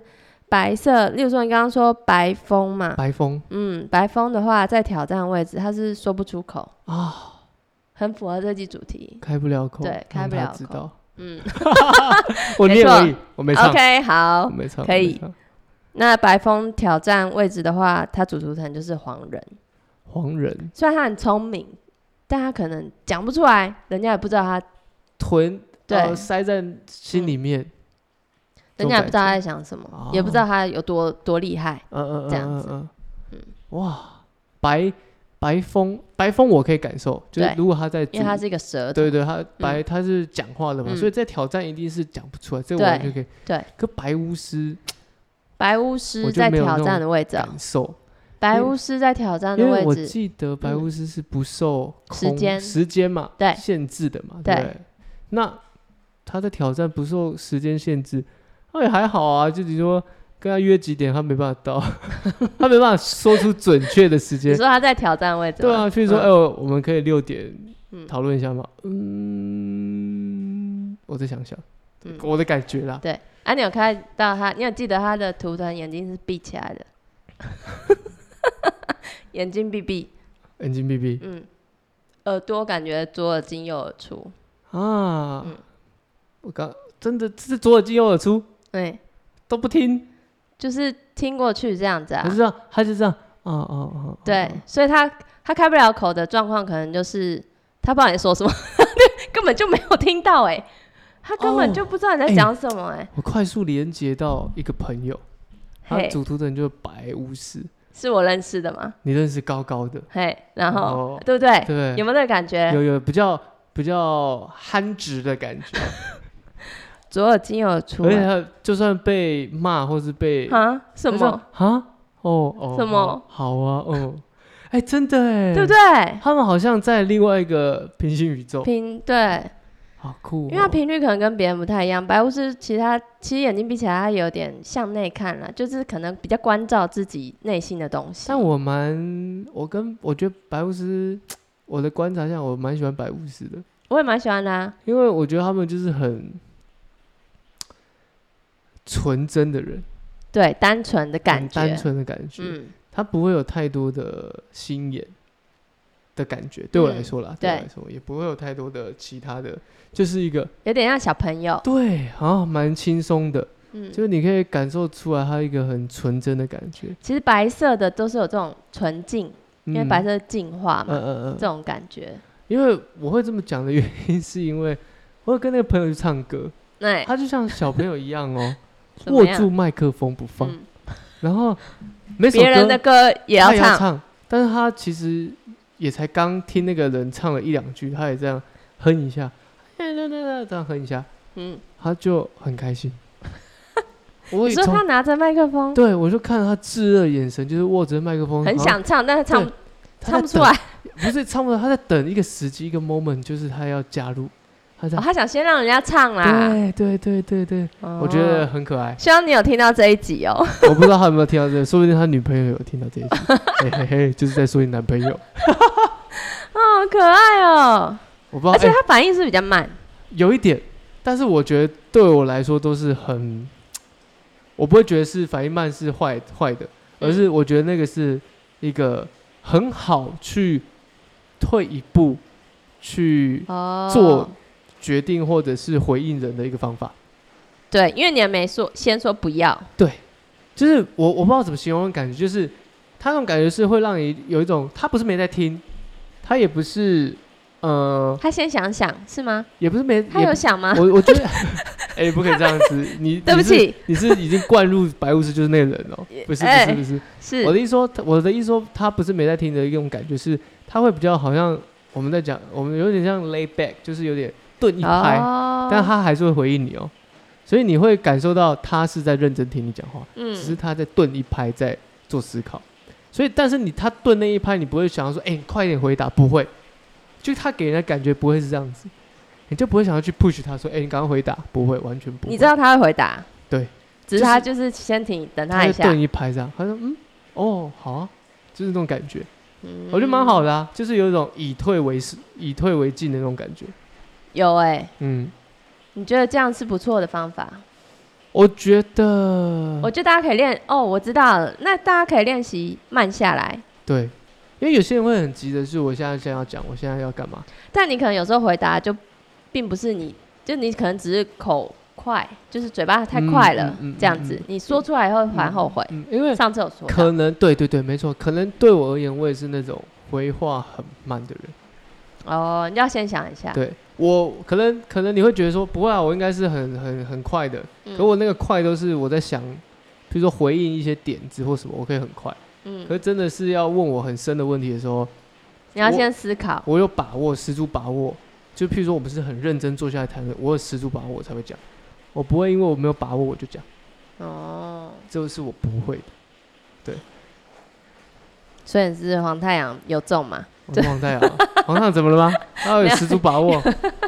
Speaker 2: 白色，例如说你刚刚说白风嘛，
Speaker 1: 白风
Speaker 2: 嗯，白风的话在挑战位置他是说不出口，
Speaker 1: 啊，
Speaker 2: 很符合这季主题。
Speaker 1: 开不了口，
Speaker 2: 对
Speaker 1: 让
Speaker 2: 开不
Speaker 1: 他
Speaker 2: 了
Speaker 1: 知
Speaker 2: 口
Speaker 1: 道，
Speaker 2: 嗯
Speaker 1: 我
Speaker 2: 没
Speaker 1: 念
Speaker 2: 错
Speaker 1: 而已，我没唱，
Speaker 2: ，OK，
Speaker 1: 我
Speaker 2: 好。
Speaker 1: 没唱，
Speaker 2: 可
Speaker 1: 我没
Speaker 2: 以
Speaker 1: 唱
Speaker 2: 那白风挑战位置的话，他主图腾就是黄人。
Speaker 1: 黄人
Speaker 2: 虽然他很聪明，但他可能讲不出来，人家也不知道他，
Speaker 1: 臀
Speaker 2: 对
Speaker 1: 呃塞在心里面，这种
Speaker 2: 人家也不知道
Speaker 1: 感
Speaker 2: 他
Speaker 1: 觉
Speaker 2: 在想什么，
Speaker 1: 哦
Speaker 2: 也不知道他有多多厉害。
Speaker 1: 嗯嗯嗯
Speaker 2: 这样子
Speaker 1: 嗯嗯嗯，哇，白白风白风我可以感受，就是
Speaker 2: 对
Speaker 1: 如果他在
Speaker 2: 因为他
Speaker 1: 主
Speaker 2: 是一个舌头，
Speaker 1: 对对，他白、他是讲话的嘛，
Speaker 2: 嗯
Speaker 1: 所以在挑战一定是讲不出来，这
Speaker 2: 对
Speaker 1: 我完全可以。
Speaker 2: 对，
Speaker 1: 可白巫师
Speaker 2: 白巫
Speaker 1: 我
Speaker 2: 师
Speaker 1: 就
Speaker 2: 在
Speaker 1: 没有
Speaker 2: 挑
Speaker 1: 那
Speaker 2: 战
Speaker 1: 种
Speaker 2: 的位置哦，
Speaker 1: 感受，
Speaker 2: 白巫师在挑战的
Speaker 1: 因为
Speaker 2: 位
Speaker 1: 我
Speaker 2: 置，嗯
Speaker 1: 记得白巫师是不受
Speaker 2: 时
Speaker 1: 空
Speaker 2: 间
Speaker 1: 时间嘛，
Speaker 2: 对
Speaker 1: 限制的嘛，
Speaker 2: 对
Speaker 1: 对不对？那他的挑战不受时间限制，那也还好啊，就你说。跟他约几点，他没办法到， 他没办法说出准确的时
Speaker 2: 你
Speaker 1: 间。
Speaker 2: 说他在挑战位置吗，
Speaker 1: 对啊，譬如说，哎、
Speaker 2: 嗯
Speaker 1: 我我们可以六点
Speaker 2: 嗯
Speaker 1: 讨论一下嘛。嗯，我再想想，
Speaker 2: 嗯
Speaker 1: 我的感觉啦。
Speaker 2: 啊，你有看到他，你有记得他的图腾眼睛是闭起来的， 眼睛闭闭，
Speaker 1: 眼睛闭闭
Speaker 2: 嗯，耳朵感觉左耳进右耳出，
Speaker 1: 啊！
Speaker 2: 嗯
Speaker 1: 我刚真的这是左耳进右耳出
Speaker 2: 对，
Speaker 1: 都不听，
Speaker 2: 就是听过去这样子啊
Speaker 1: 他就，这样，他就这样，啊啊啊！
Speaker 2: 对，所以他他开不了口的状况，可能就是他不知道你说什么， 根本就没有听到哎、他根本
Speaker 1: 哦
Speaker 2: 就不知道你在
Speaker 1: 哎
Speaker 2: 讲什么哎、
Speaker 1: 我快速连接到一个朋友，他
Speaker 2: 嘿，
Speaker 1: 主图的人就是白巫师，
Speaker 2: 是我认识的吗？
Speaker 1: 你认识高高的，
Speaker 2: 嘿，然后
Speaker 1: 哦
Speaker 2: 对不对？
Speaker 1: 对不
Speaker 2: 有没有那个感
Speaker 1: 对？
Speaker 2: 觉？
Speaker 1: 有有比较比较憨直的感觉，
Speaker 2: 左耳进右耳出
Speaker 1: 而且
Speaker 2: 哎
Speaker 1: 他就算被骂或是被
Speaker 2: 啊？什么？
Speaker 1: 啊？哦哦，
Speaker 2: 什么
Speaker 1: 好？好啊， 哦，哎，真的哎，
Speaker 2: 对不对？
Speaker 1: 他们好像在另外一个平行宇宙，
Speaker 2: 频对，
Speaker 1: 好酷哦，
Speaker 2: 因为他频率可能跟别人不太一样。白巫师其实他其实眼睛闭起来，他有点向内看了，就是可能比较关照自己内心的东西。
Speaker 1: 但我蛮，我跟我觉得白巫师我的观察下，我蛮喜欢白巫师的，
Speaker 2: 我也蛮喜欢的、啊。
Speaker 1: 因为我觉得他们就是很纯真的人，
Speaker 2: 对，单纯的感
Speaker 1: 很
Speaker 2: 觉，
Speaker 1: 单纯的感觉，
Speaker 2: 嗯，
Speaker 1: 他不会有太多的心眼的感觉。对我来
Speaker 2: 嗯
Speaker 1: 说啦，
Speaker 2: 对
Speaker 1: 对我来说也不会有太多的其他的，就是一个
Speaker 2: 有点像小朋友，
Speaker 1: 对，好像蛮轻松的，
Speaker 2: 嗯，
Speaker 1: 就是你可以感受出来他一个很纯真的感觉，
Speaker 2: 其实白色的都是有这种纯净，因为
Speaker 1: 嗯
Speaker 2: 白色净化嘛，
Speaker 1: 嗯嗯
Speaker 2: 这
Speaker 1: 嗯，
Speaker 2: 种感觉。
Speaker 1: 因为我会这么讲的原因，是因为我有跟那个朋友去唱歌，
Speaker 2: 那，
Speaker 1: 他就像小朋友一样哦
Speaker 2: 哎 怎么
Speaker 1: 握
Speaker 2: 样
Speaker 1: 住麦克风不放，
Speaker 2: 嗯
Speaker 1: 然后每首
Speaker 2: 别人的
Speaker 1: 歌
Speaker 2: 歌也要
Speaker 1: 他也
Speaker 2: 唱，
Speaker 1: 但是他其实也才刚听那个人唱了一两句，他也这样哼一下，这样哼一下，
Speaker 2: 嗯，
Speaker 1: 他就很开 心。我
Speaker 2: 你
Speaker 1: 也
Speaker 2: 说
Speaker 1: 从
Speaker 2: 他拿着麦克风，
Speaker 1: 对我就看到他炙热的眼神，就是握着麦克风，
Speaker 2: 很
Speaker 1: 好像
Speaker 2: 想唱，但是唱
Speaker 1: 对他在
Speaker 2: 唱不出
Speaker 1: 等
Speaker 2: 来、，
Speaker 1: 不是唱不出来，他在等一个时机，一个 moment，就是他要加入，他在
Speaker 2: 哦，他想先让人家唱啦。
Speaker 1: 对对对对对，
Speaker 2: 哦
Speaker 1: 我觉得很可爱。
Speaker 2: 希望你有听到这一集哦。
Speaker 1: 我不知道他有没有听到这个，说不定他女朋友有听到这 一集，嘿嘿嘿，就是在说你男朋友。
Speaker 2: 好可爱哦！
Speaker 1: 我不知道，
Speaker 2: 而且
Speaker 1: 哎
Speaker 2: 他反应是比较慢，
Speaker 1: 有一点，但是我觉得对我来说都是很，我不会觉得是反应慢是坏坏的，
Speaker 2: 嗯
Speaker 1: 而是我觉得那个是一个很好去退一步去
Speaker 2: 哦，
Speaker 1: 做决定或者是回应人的一个方法。
Speaker 2: 对，因为你还没说，先说不要，
Speaker 1: 就是我我不知道怎么形容的感觉，就是他那种感觉是会让你有一种他不是没在听，他也不是呃
Speaker 2: 他先想想是吗？
Speaker 1: 也不是没
Speaker 2: 他
Speaker 1: 也
Speaker 2: 有想吗？
Speaker 1: 我我 觉得，哎、不可以这样子，你
Speaker 2: 啊对不起，
Speaker 1: 你是你是已经灌入白巫师就是那个人哦、 不是不
Speaker 2: 哎
Speaker 1: 是不是，
Speaker 2: 是
Speaker 1: 我的意思说，我的意思说，他不是没在听的一种感觉是，他会比较好像我们在讲，我们有点像 lay back，就是有点顿一拍，
Speaker 2: 哦，
Speaker 1: 但他还是会回应你哦、所以你会感受到他是在认真听你讲话，
Speaker 2: 嗯
Speaker 1: 只是他在顿一拍在做思考，所以但是你他顿那一拍，你不会想要说，哎、你快一点回答，不会，就他给人的感觉不会是这样子，你就不会想要去 push 他说，哎、你赶快回答，不会，完全不会，
Speaker 2: 你知道他会回答，
Speaker 1: 对，
Speaker 2: 只
Speaker 1: 就
Speaker 2: 是
Speaker 1: 是
Speaker 2: 他就是先停，等
Speaker 1: 他
Speaker 2: 他
Speaker 1: 就
Speaker 2: 一下，
Speaker 1: 顿一拍这样，他说，嗯，哦，好啊，就是那种感觉，
Speaker 2: 嗯
Speaker 1: 我觉得蛮好的啊，就是有一种以退为是以退为进的那种感觉，
Speaker 2: 有哎、
Speaker 1: 嗯，
Speaker 2: 你觉得这样是不错的方法？
Speaker 1: 我觉得
Speaker 2: 我觉得大家可以练哦，我知道了，那大家可以练习慢下来，
Speaker 1: 对，因为有些人会很急的是，我现在现在要讲，我现在要干嘛？
Speaker 2: 但你可能有时候回答就并不是你，就你可能只是口快，就是嘴巴太快了、
Speaker 1: 嗯嗯嗯
Speaker 2: 这样子，你说出来以后还后悔。
Speaker 1: 嗯，因为
Speaker 2: 上次有说到
Speaker 1: 可能对对对，没错，可能对我而言，我也是那种回话很慢的人。
Speaker 2: 哦，你就要先想一下，
Speaker 1: 对我可能可能你会觉得说不会啊，我应该是很很很快的，
Speaker 2: 嗯
Speaker 1: 可我那个快都是我在想，比如说回应一些点子或什么，我可以很快。
Speaker 2: 嗯
Speaker 1: 可，是真的是要问我很深的问题的时候，
Speaker 2: 你要
Speaker 1: 我
Speaker 2: 先思考，
Speaker 1: 我有把握，十足把握。就譬如说，我们是很认真坐下来谈的，我有十足把握我才会讲，我不会因为我没有把握我就讲，
Speaker 2: 哦，
Speaker 1: 这是我不会的。
Speaker 2: 所以你是黄太阳有中嘛？
Speaker 1: 我是黄太阳啊， 黄太阳怎么了吗？他有十足把握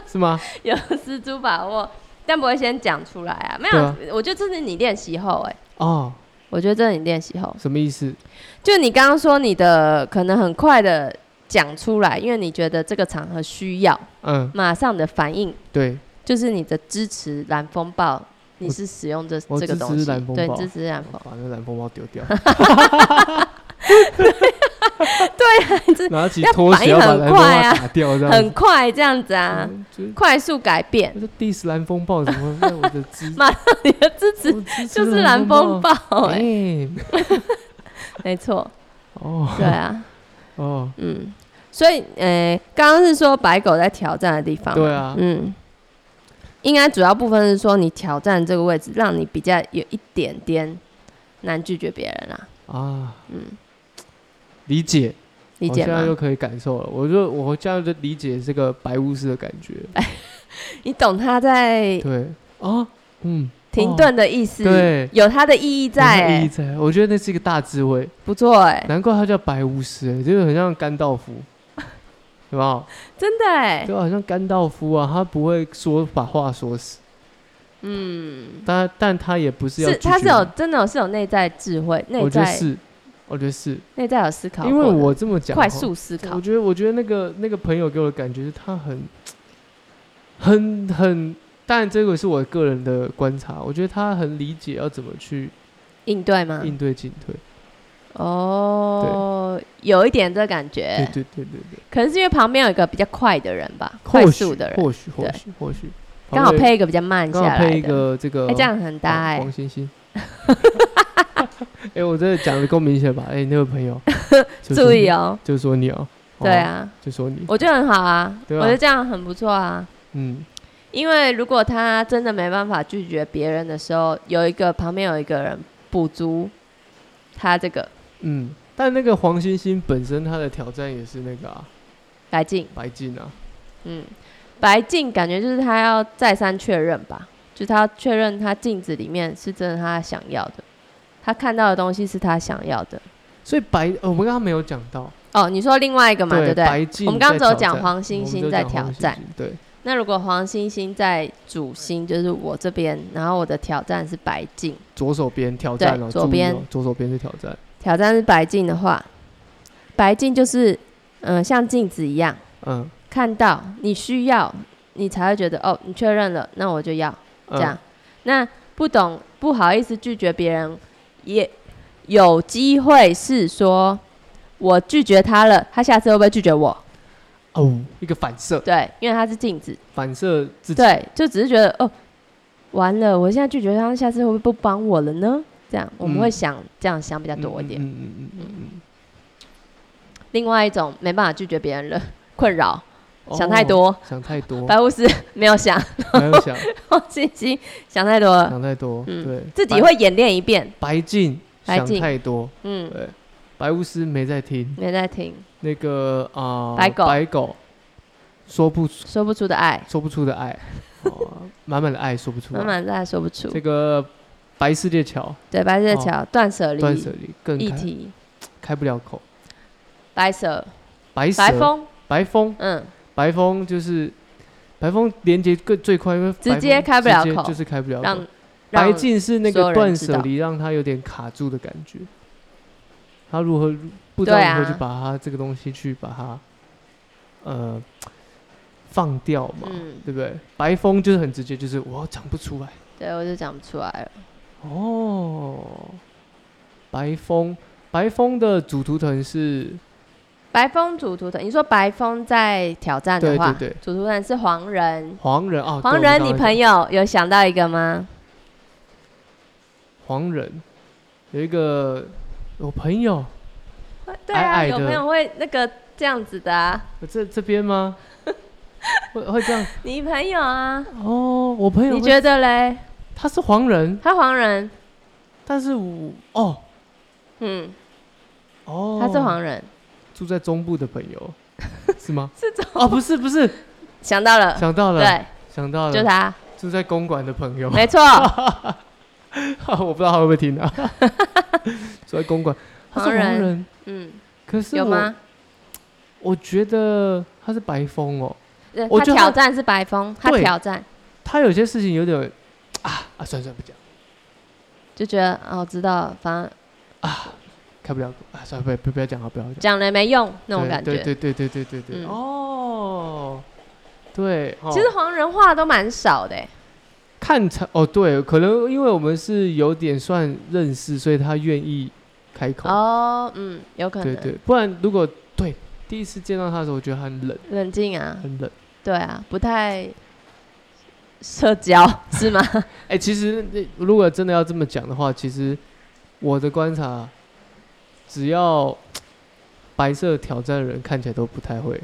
Speaker 1: 是吗？
Speaker 2: 有十足把握，但不会先讲出来啊。没有，
Speaker 1: 对啊
Speaker 2: 我觉得这是你练习后、哎，
Speaker 1: 哦，
Speaker 2: 我觉得这是你练习后，
Speaker 1: 什么意思？
Speaker 2: 就你刚刚说你的可能很快的讲出来，因为你觉得这个场合需要，
Speaker 1: 嗯，
Speaker 2: 马上你的反应
Speaker 1: 对，
Speaker 2: 就是你的支持蓝风暴，你是使用这
Speaker 1: 我
Speaker 2: 这个
Speaker 1: 支持
Speaker 2: 东西
Speaker 1: 蓝，风
Speaker 2: 对，
Speaker 1: 暴
Speaker 2: 支持蓝风，
Speaker 1: 把那蓝风暴丢掉，
Speaker 2: 这
Speaker 1: 拿起
Speaker 2: 要
Speaker 1: 拖
Speaker 2: 反
Speaker 1: 鞋
Speaker 2: 应
Speaker 1: 要把蓝
Speaker 2: 很
Speaker 1: 风暴
Speaker 2: 快啊
Speaker 1: 打掉，这样
Speaker 2: 很
Speaker 1: 子
Speaker 2: 快这样子啊，
Speaker 1: 嗯就是
Speaker 2: 快速改变
Speaker 1: 我，这 diss 蓝风暴怎么在我的支
Speaker 2: 马上你的支持
Speaker 1: 我支持
Speaker 2: 就是蓝风暴、哎，
Speaker 1: 哎，
Speaker 2: 没错，
Speaker 1: 哦
Speaker 2: 对啊，
Speaker 1: 哦，
Speaker 2: 嗯，所以呃，刚刚是说白狗在挑战的地方嘛，
Speaker 1: 对啊
Speaker 2: 嗯，应该主要部分是说你挑战这个位置，让你比较有一点点难拒绝别人啦，
Speaker 1: 啊，
Speaker 2: 嗯，
Speaker 1: 理解，
Speaker 2: 理解
Speaker 1: 我现在就
Speaker 2: 吗？
Speaker 1: 可以感受了，我就我现在就理解这个白巫师的感觉，
Speaker 2: 你懂他在
Speaker 1: 对啊，嗯，
Speaker 2: 停顿的意思，
Speaker 1: 对
Speaker 2: 有它的意义在、
Speaker 1: 有它
Speaker 2: 哎
Speaker 1: 意义在，我觉得那是一个大智慧，
Speaker 2: 不错哎、
Speaker 1: 难怪他叫白巫师、欸，就是很像甘道 夫，有没有？
Speaker 2: 真的哎、
Speaker 1: 就好像甘道夫啊，他不会说把话说死，
Speaker 2: 嗯，
Speaker 1: 但但他也不是要
Speaker 2: 是
Speaker 1: 拒绝
Speaker 2: 它是有真的有是有内在智慧，内
Speaker 1: 我觉得
Speaker 2: 在
Speaker 1: 是我觉得是
Speaker 2: 内在有思考过
Speaker 1: 因
Speaker 2: 的，
Speaker 1: 为我这么讲，哦
Speaker 2: 快速思
Speaker 1: 我
Speaker 2: 考，
Speaker 1: 觉得，我觉得那个那个朋友给我的感觉是他很、很、很，当然这个是我个人的观察，我觉得他很理解要怎么去
Speaker 2: 应对吗？
Speaker 1: 应对进退。
Speaker 2: 哦，有一点这感
Speaker 1: 对
Speaker 2: 觉，
Speaker 1: 对对对对，
Speaker 2: 可能是因为旁边有一个比较快的人吧，快
Speaker 1: 或
Speaker 2: 速
Speaker 1: 许
Speaker 2: 的人，
Speaker 1: 或许或
Speaker 2: 对
Speaker 1: 许或许，
Speaker 2: 刚好
Speaker 1: 旁边
Speaker 2: 配一个比较慢
Speaker 1: 刚
Speaker 2: 下
Speaker 1: 好配
Speaker 2: 来
Speaker 1: 一
Speaker 2: 的，
Speaker 1: 个这呃个，
Speaker 2: 哎，这样很搭
Speaker 1: 黄
Speaker 2: 哎
Speaker 1: 黄。星星。 哎、我这讲的够明显吧？哎、那位朋 友，就说
Speaker 2: 注意
Speaker 1: 你，
Speaker 2: 哦，
Speaker 1: 就说你哦，
Speaker 2: 对
Speaker 1: 哦，
Speaker 2: 啊，
Speaker 1: 就说你，
Speaker 2: 我觉得很好啊，
Speaker 1: 对啊
Speaker 2: 我觉得这样很不错啊。
Speaker 1: 嗯，
Speaker 2: 因为如果他真的没办法拒绝别人的时候，有一个旁边有一个人补足他这个
Speaker 1: 嗯，但那个黄星星本身他的挑战也是那个啊，
Speaker 2: 白净，
Speaker 1: 白净啊，
Speaker 2: 嗯，白净感觉就是他要再三确认吧，就是他要确认他镜子里面是真的他想要的，他看到的东西是他想要的。
Speaker 1: 所以白，呃、我们刚刚没有讲到，
Speaker 2: 哦，你说另外一个嘛，对不
Speaker 1: 白净在
Speaker 2: 对？
Speaker 1: 挑战，
Speaker 2: 我们刚刚只有讲黄星星
Speaker 1: 我们只有
Speaker 2: 在
Speaker 1: 讲
Speaker 2: 挑
Speaker 1: 黄星
Speaker 2: 战
Speaker 1: 星，对，
Speaker 2: 那如果黄星星在主星，就是我这边，然后我的挑战是白净，
Speaker 1: 左手边挑战哦，
Speaker 2: 对左
Speaker 1: 注意哦
Speaker 2: 边
Speaker 1: 左手边是挑战，
Speaker 2: 挑战是白净的话，白净就是嗯、呃像镜子一样，
Speaker 1: 嗯，
Speaker 2: 看到你需要，你才会觉得哦，你确认了，那我就要
Speaker 1: 嗯
Speaker 2: 这样。，那不懂不好意思拒绝别人，也有机会是说我拒绝他了，他下次会不会拒绝我？
Speaker 1: 哦，一个反射，
Speaker 2: 对，因为他是镜子，
Speaker 1: 反射自己，
Speaker 2: 对，就只是觉得哦，完了，我现在拒绝他，下次会不会不帮我了呢？这样我们
Speaker 1: 嗯
Speaker 2: 会想、这样想比较多一点。
Speaker 1: 嗯嗯嗯嗯嗯嗯
Speaker 2: 另外一种没办法拒绝别人了困扰，
Speaker 1: 嗯，
Speaker 2: 想太
Speaker 1: 哦，
Speaker 2: 多。
Speaker 1: 想太 多，
Speaker 2: 白巫师没有想，
Speaker 1: 没有想
Speaker 2: 信息想太多了，
Speaker 1: 想太多，
Speaker 2: 嗯
Speaker 1: 对，
Speaker 2: 自己
Speaker 1: 白
Speaker 2: 会演练一遍。
Speaker 1: 白净
Speaker 2: 白
Speaker 1: 想
Speaker 2: 净
Speaker 1: 太多，
Speaker 2: 嗯，
Speaker 1: 对，白巫师没在听，
Speaker 2: 没在听，
Speaker 1: 那个啊，
Speaker 2: 白狗
Speaker 1: 白狗说不出
Speaker 2: 说不出的爱，
Speaker 1: 说不出的爱， 哦，满满的爱说不出来，
Speaker 2: 满满的爱说不出
Speaker 1: 啊这。个白世界桥
Speaker 2: 对，白色桥断舍
Speaker 1: 断
Speaker 2: 离
Speaker 1: 舍离更
Speaker 2: 议
Speaker 1: 开
Speaker 2: 题，
Speaker 1: 开不了口，
Speaker 2: 白蛇
Speaker 1: 白蛇
Speaker 2: 白风，
Speaker 1: 白风
Speaker 2: 嗯，
Speaker 1: 白风就是白风连接更最快，因为
Speaker 2: 直
Speaker 1: 白风
Speaker 2: 接开不了
Speaker 1: 直接
Speaker 2: 口
Speaker 1: 就是开不了口
Speaker 2: 让。
Speaker 1: 白
Speaker 2: 让
Speaker 1: 净是那
Speaker 2: 所有
Speaker 1: 个
Speaker 2: 人
Speaker 1: 断
Speaker 2: 知
Speaker 1: 舍
Speaker 2: 道
Speaker 1: 离，让他有点卡住的感觉。他如何不知道
Speaker 2: 对
Speaker 1: 如
Speaker 2: 啊
Speaker 1: 何去把他这个东西去把它呃放掉嘛，
Speaker 2: 嗯，
Speaker 1: 对不对？白风就是很直接，就是我讲不出来。
Speaker 2: 对我就讲不出来了。
Speaker 1: 哦，白风，白风的主图腾是
Speaker 2: 白风主图腾，你说白风在挑战的
Speaker 1: 对
Speaker 2: 话，
Speaker 1: 对对
Speaker 2: 主图腾是黄人。
Speaker 1: 黄人啊，
Speaker 2: 黄人，你朋
Speaker 1: 友
Speaker 2: 友有想到一个吗？
Speaker 1: 黄人有一个我朋友，
Speaker 2: 对啊，
Speaker 1: 矮
Speaker 2: 有
Speaker 1: 的
Speaker 2: 朋友会那个这样子的啊，
Speaker 1: 呃这这边吗？ 会会这样
Speaker 2: 你朋友啊，
Speaker 1: 哦，我朋友
Speaker 2: 你
Speaker 1: 会
Speaker 2: 觉得嘞？
Speaker 1: 他是黄人，
Speaker 2: 他黄人，
Speaker 1: 但是我哦
Speaker 2: 嗯，
Speaker 1: 哦，
Speaker 2: 他是黄人，
Speaker 1: 住在中部的朋友 是吗？是中哦，不是不是，
Speaker 2: 想到了，
Speaker 1: 想到了，
Speaker 2: 对，
Speaker 1: 想到
Speaker 2: 就
Speaker 1: 了，
Speaker 2: 他，
Speaker 1: 住在公馆的朋友，
Speaker 2: 没错，
Speaker 1: 我不知道他会不会 听啊，住在公馆，他是黄
Speaker 2: 黄人
Speaker 1: 人，
Speaker 2: 嗯，
Speaker 1: 可是
Speaker 2: 有
Speaker 1: 我
Speaker 2: 吗？
Speaker 1: 我觉得他是白风哦，
Speaker 2: 对
Speaker 1: 我
Speaker 2: 呃他
Speaker 1: 觉得他
Speaker 2: 挑战是白风，他
Speaker 1: 对
Speaker 2: 挑战
Speaker 1: 他有些事情有点啊啊，算了算了不讲，
Speaker 2: 就觉得哦，知道了，反正
Speaker 1: 开不了口啊，算了不不不要讲了，不要讲
Speaker 2: 讲了也没用那种
Speaker 1: 对
Speaker 2: 感觉。
Speaker 1: 对对对对对对对，
Speaker 2: 嗯
Speaker 1: 哦，对，哦
Speaker 2: 其实黄人话都蛮少的欸，
Speaker 1: 看才哦，对，可能因为我们是有点算认识，所以他愿意开口，
Speaker 2: 哦，嗯，有可
Speaker 1: 对
Speaker 2: 能。
Speaker 1: 对，不然如果对第一次见到他的时候，我觉得他很冷，
Speaker 2: 冷静啊，
Speaker 1: 很冷。
Speaker 2: 对啊，不太社交 是吗？
Speaker 1: 哎、其实那如果真的要这么讲的话，其实我的观察，只要白色挑战的人看起来都不太会